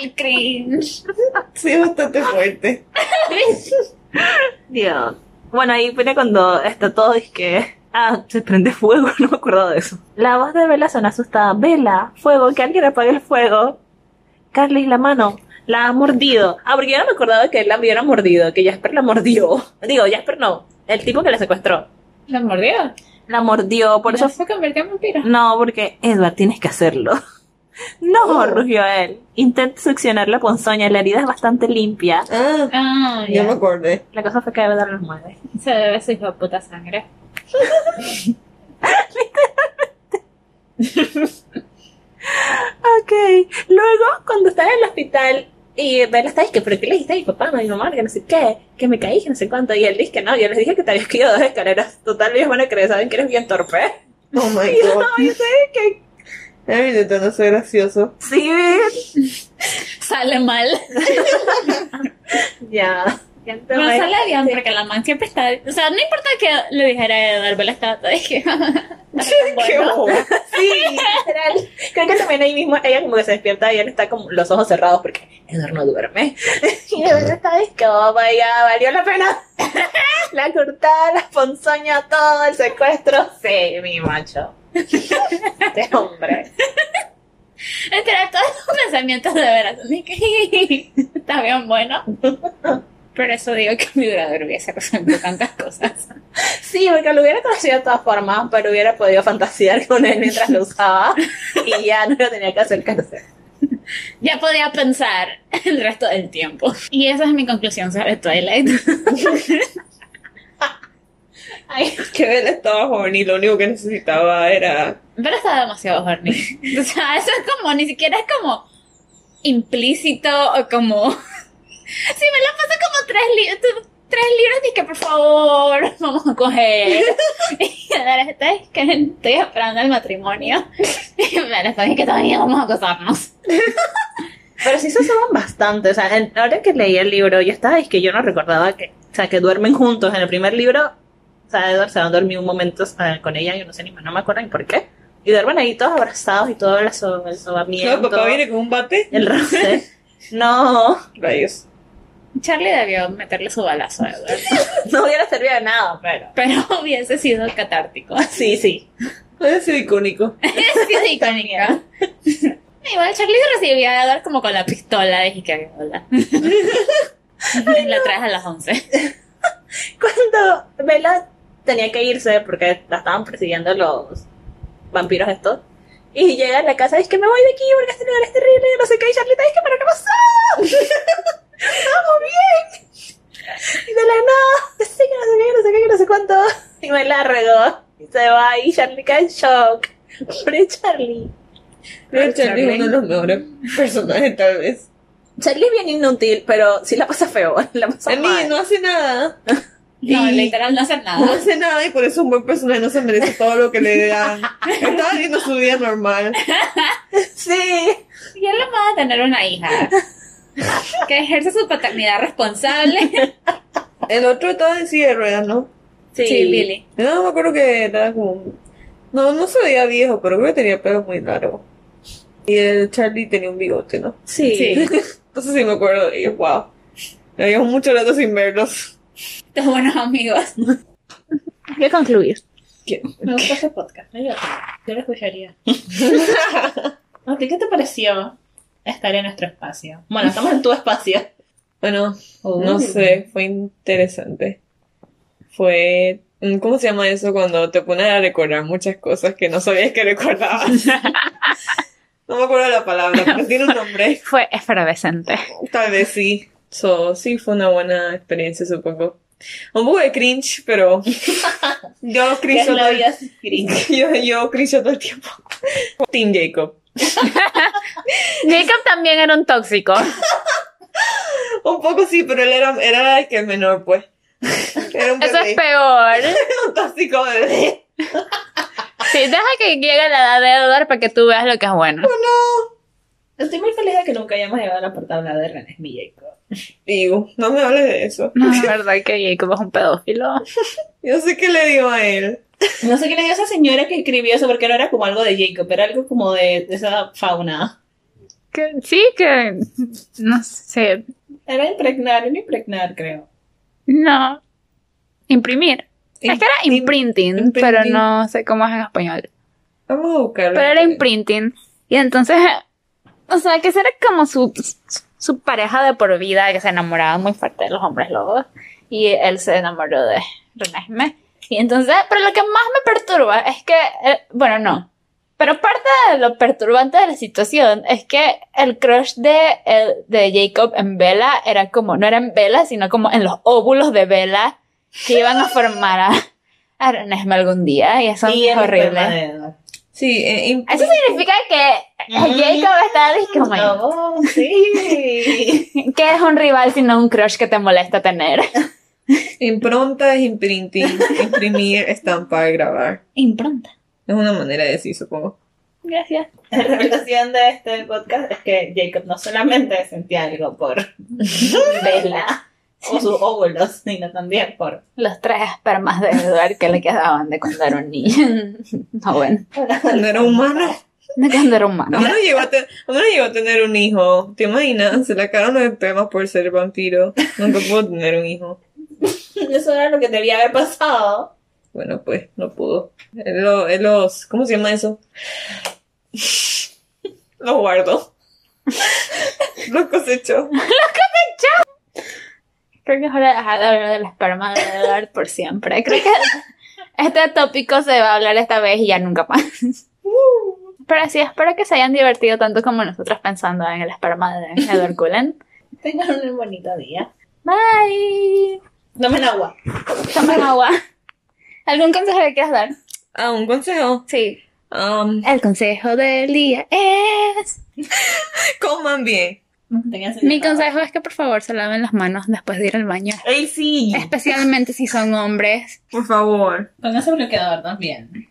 Speaker 3: El cringe.
Speaker 4: Sí, es bastante fuerte.
Speaker 2: Dios. Bueno, ahí viene cuando está todo y que... Ah, se prende fuego, [LAUGHS] no me acuerdo de eso. La voz de Vela sonó asustada. Vela, fuego, que alguien apague el fuego. Carly, la mano, la ha mordido. Ah, porque yo no me acordaba que él la hubiera mordido, que Jasper la mordió. Digo, Jasper no, el tipo que la secuestró.
Speaker 3: ¿Lo mordió?
Speaker 2: La mordió, por eso
Speaker 3: se convirtió en vampiro.
Speaker 2: No, porque Edward, tienes que hacerlo. No, rugió él. Intenta succionarlo con soña. La herida es bastante limpia.
Speaker 4: Ah,
Speaker 3: Ah,
Speaker 4: ya me
Speaker 3: ya.
Speaker 4: acordé.
Speaker 2: La cosa fue que Evedar los mueve.
Speaker 3: Se debe a su hijo de puta sangre.
Speaker 2: Ok. Luego, cuando está en el hospital y Bella está, que ¿pero qué le dijiste a mi papá, a mi mamá, que no sé qué? Que me caí, que no sé cuánto. Y él dice que no, yo les dije que te habías caído dos escaleras. Total, ellos van a creer, saben que eres bien torpe.
Speaker 4: Oh my
Speaker 2: Y [LAUGHS] yo,
Speaker 4: god.
Speaker 2: no, yo sé que...
Speaker 4: [LAUGHS] Ay, intentando ser gracioso.
Speaker 2: Sí,
Speaker 3: Sale mal.
Speaker 2: ya. Ya te
Speaker 3: Pero
Speaker 2: voy.
Speaker 3: sale bien porque la man siempre está. O sea, no importa que le dijera a Edward, Bella estaba toda. [LAUGHS] dije,
Speaker 4: Qué
Speaker 3: bueno.
Speaker 4: boba.
Speaker 2: Sí, literal. Creo que también ahí mismo ella como que se despierta y él está como los ojos cerrados porque Edward no duerme. [LAUGHS] Y él está de que, oh my God, valió la pena. [LAUGHS] La cortada, la ponzoña, todo, el secuestro. Sí, mi macho. Este hombre.
Speaker 3: Entre todos los pensamientos de veras. dije, [LAUGHS] Está bien bueno. Por eso digo que mi durador hubiese resuelto tantas cosas.
Speaker 2: Sí, porque lo hubiera conocido de todas formas, pero hubiera podido fantasear con él mientras lo usaba y ya no lo tenía que acercarse.
Speaker 3: Ya podía pensar el resto del tiempo. Y esa es mi conclusión sobre Twilight.
Speaker 2: Ay,
Speaker 4: Que Bella estaba joven y lo único que necesitaba era.
Speaker 3: Pero está demasiado horny. O sea, eso es como, ni siquiera es como implícito o como... [LAUGHS] Si me la pasa como tres libros, tres libros, dije, por favor, [LAUGHS] vamos a coger. [LAUGHS] Y ahora está, es que estoy esperando el matrimonio. [LAUGHS] Y me la sabes que todavía vamos a casarnos.
Speaker 2: Pero sí se asoman bastante. O sea, en- ahora que leí el libro, yo estaba, es que yo no recordaba que, o sea, que duermen juntos. En el primer libro, o sea, Edward se va a dormir un momento eh, con ella, yo no sé ni más, no me acuerdo ni por qué. Y duermen ahí todos abrazados y todo el, aso- el sobamiento.
Speaker 4: No, papá viene con un bate.
Speaker 2: El
Speaker 4: [LAUGHS]
Speaker 2: roce. No,
Speaker 4: Rayos.
Speaker 3: Charlie debió meterle su balazo a Edward,
Speaker 2: no hubiera servido de nada, pero.
Speaker 3: pero [LAUGHS] hubiese sido catártico.
Speaker 2: Sí, sí.
Speaker 4: Puede ser icónico.
Speaker 3: Es que es icónica. [LAUGHS] Igual Charlie recibía a Edward como con la pistola de que hola. la traes a las 11.
Speaker 2: Cuando Bella tenía que irse porque la estaban persiguiendo los vampiros estos. Y llega a la casa, es que me voy de aquí porque este lugar es terrible, no sé qué, y Charlita, es que pero qué pasó. [LAUGHS] Estamos bien. Y de la nada, sí, que no sé qué, que no sé qué, que no sé cuánto. Y me la regó. Y se va y Charlie cae en shock. Pobre Charlie.
Speaker 4: Pero Charlie es uno de los mejores personajes, tal vez.
Speaker 2: Charlie es bien inútil, pero sí la pasa feo. [LAUGHS] La pasa
Speaker 4: A mí
Speaker 2: mal.
Speaker 4: no hace nada.
Speaker 3: No,
Speaker 4: Y-
Speaker 3: literal no hacen
Speaker 4: No
Speaker 3: nada.
Speaker 4: hace nada y por eso un buen personaje no se merece todo lo que le dan. Estaba viviendo su vida normal.
Speaker 2: Sí.
Speaker 3: Y él lo va a tener una hija que ejerce su paternidad responsable.
Speaker 4: El otro estaba en silla de ruedas, ¿no?
Speaker 2: Sí,
Speaker 3: Sí, Billy.
Speaker 4: No, me acuerdo que era como... No, no se veía viejo, pero creo que tenía pelo muy largo. Y el Charlie tenía un bigote, ¿no?
Speaker 2: Sí.
Speaker 3: Sí.
Speaker 4: [LAUGHS] Entonces sí me acuerdo y wow. Habíamos mucho rato sin verlos.
Speaker 3: Estos buenos amigos.
Speaker 2: Hay que concluir.
Speaker 4: ¿Qué?
Speaker 2: Me gusta ese podcast, me ayuda. Yo lo
Speaker 4: [LAUGHS]
Speaker 2: escucharía. ¿A ti qué te pareció estar en nuestro espacio? Bueno, estamos en tu espacio.
Speaker 4: Bueno, Oh, no sé, fue interesante. Fue... mm, ¿Cómo se llama eso cuando te pones a recordar muchas cosas que no sabías que recordabas? No me acuerdo la palabra, pero tiene un nombre.
Speaker 3: Fue efervescente.
Speaker 4: Tal vez sí. So, sí, fue una buena experiencia, supongo. Un poco de cringe, pero yo
Speaker 2: ¿Qué
Speaker 4: cringe
Speaker 2: es la
Speaker 4: todo el
Speaker 2: vida sin cringe?
Speaker 4: [LAUGHS] yo, yo cringe todo el tiempo. Team Jacob.
Speaker 5: Jacob también era un tóxico.
Speaker 4: Un poco sí, pero él era, era el que menor, pues. [LAUGHS] Era un
Speaker 5: Eso es
Speaker 4: bebé,
Speaker 5: peor.
Speaker 4: un tóxico bebé.
Speaker 5: Sí, deja que llegue la edad de Edward para que tú veas lo que es bueno.
Speaker 2: Estoy muy feliz de que nunca hayamos llegado a la portada de René, es mi Jacob.
Speaker 4: Digo, no me hables de eso.
Speaker 5: No, es verdad que Jacob es un pedófilo.
Speaker 4: Yo sé qué le digo a él.
Speaker 2: No sé qué le dio a esa señora que escribió eso, porque no era como algo de Jacob, era algo como de, de esa fauna.
Speaker 5: Que, sí, que. No sé.
Speaker 2: Era impregnar, era impregnar, creo.
Speaker 5: No. Imprimir. Es que era
Speaker 4: Im-
Speaker 5: imprinting,
Speaker 4: imprinting.
Speaker 5: pero no sé cómo es en español.
Speaker 4: Vamos a buscarlo.
Speaker 5: Pero era imprinting. Y entonces. O sea, que será como su, su- su pareja de por vida, que se enamoraba muy fuerte de los hombres lobos. Y él se enamoró de Renesme. Y entonces, pero lo que más me perturba es que, eh, bueno, no.
Speaker 3: Pero parte de lo perturbante de la situación es que el crush de, el- de Jacob en Vela era como, no era en Vela, sino como en los óvulos de Vela que iban a formar a, a Renesme algún día. Y eso
Speaker 2: Y
Speaker 3: es
Speaker 2: el esperma
Speaker 3: horrible.
Speaker 2: de Edward.
Speaker 4: Sí, eh, imp-
Speaker 3: Eso significa que Jacob está disque, oh my God,
Speaker 2: Oh,
Speaker 3: [LAUGHS]
Speaker 2: sí. [LAUGHS]
Speaker 3: que es un rival, sino un crush que te molesta tener.
Speaker 4: impronta es imprinting, [LAUGHS] imprimir, estampar, grabar.
Speaker 6: Impronta.
Speaker 4: Es una manera de decir, supongo.
Speaker 6: Gracias.
Speaker 2: [LAUGHS] La revelación de este podcast es que Jacob no solamente sentía algo por Vela o sus óvulos, sino también por
Speaker 3: Los tres espermas de Edward que le quedaban de cuando era un niño. [LAUGHS] No, bueno,
Speaker 4: [LAUGHS] No era humano.
Speaker 3: de cuando era humano.
Speaker 4: A mí no llegó a, te- a mí no llegó a tener un hijo. ¿Te imaginas? Se le acabaron los espermas por ser vampiro. Nunca pudo tener un hijo.
Speaker 2: [LAUGHS] Eso era lo que debía haber pasado.
Speaker 4: Bueno, pues, no pudo. Él lo- él los... ¿Cómo se llama eso? [LAUGHS] Los guardo. [LAUGHS] Los cosechó.
Speaker 3: Creo que es hora de dejar de hablar del esperma de Edward por siempre. Creo que este tópico se va a hablar esta vez y ya nunca más. Pero sí, espero que se hayan divertido tanto como nosotros pensando en el esperma de Edward Cullen.
Speaker 2: Tengan un bonito día.
Speaker 3: Bye.
Speaker 2: Tomen agua.
Speaker 3: Tomen agua. ¿Algún consejo que quieras dar?
Speaker 4: Ah, un consejo.
Speaker 3: Sí.
Speaker 4: Um,
Speaker 3: El consejo del día es...
Speaker 4: coman bien.
Speaker 2: Tengan
Speaker 3: Mi consejo es que por favor se laven las manos después de ir al baño.
Speaker 2: ¡Ey, sí!
Speaker 3: Especialmente si son hombres.
Speaker 4: Por favor.
Speaker 2: Pónganse bloqueador también.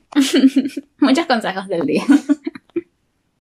Speaker 3: Muchos consejos del día.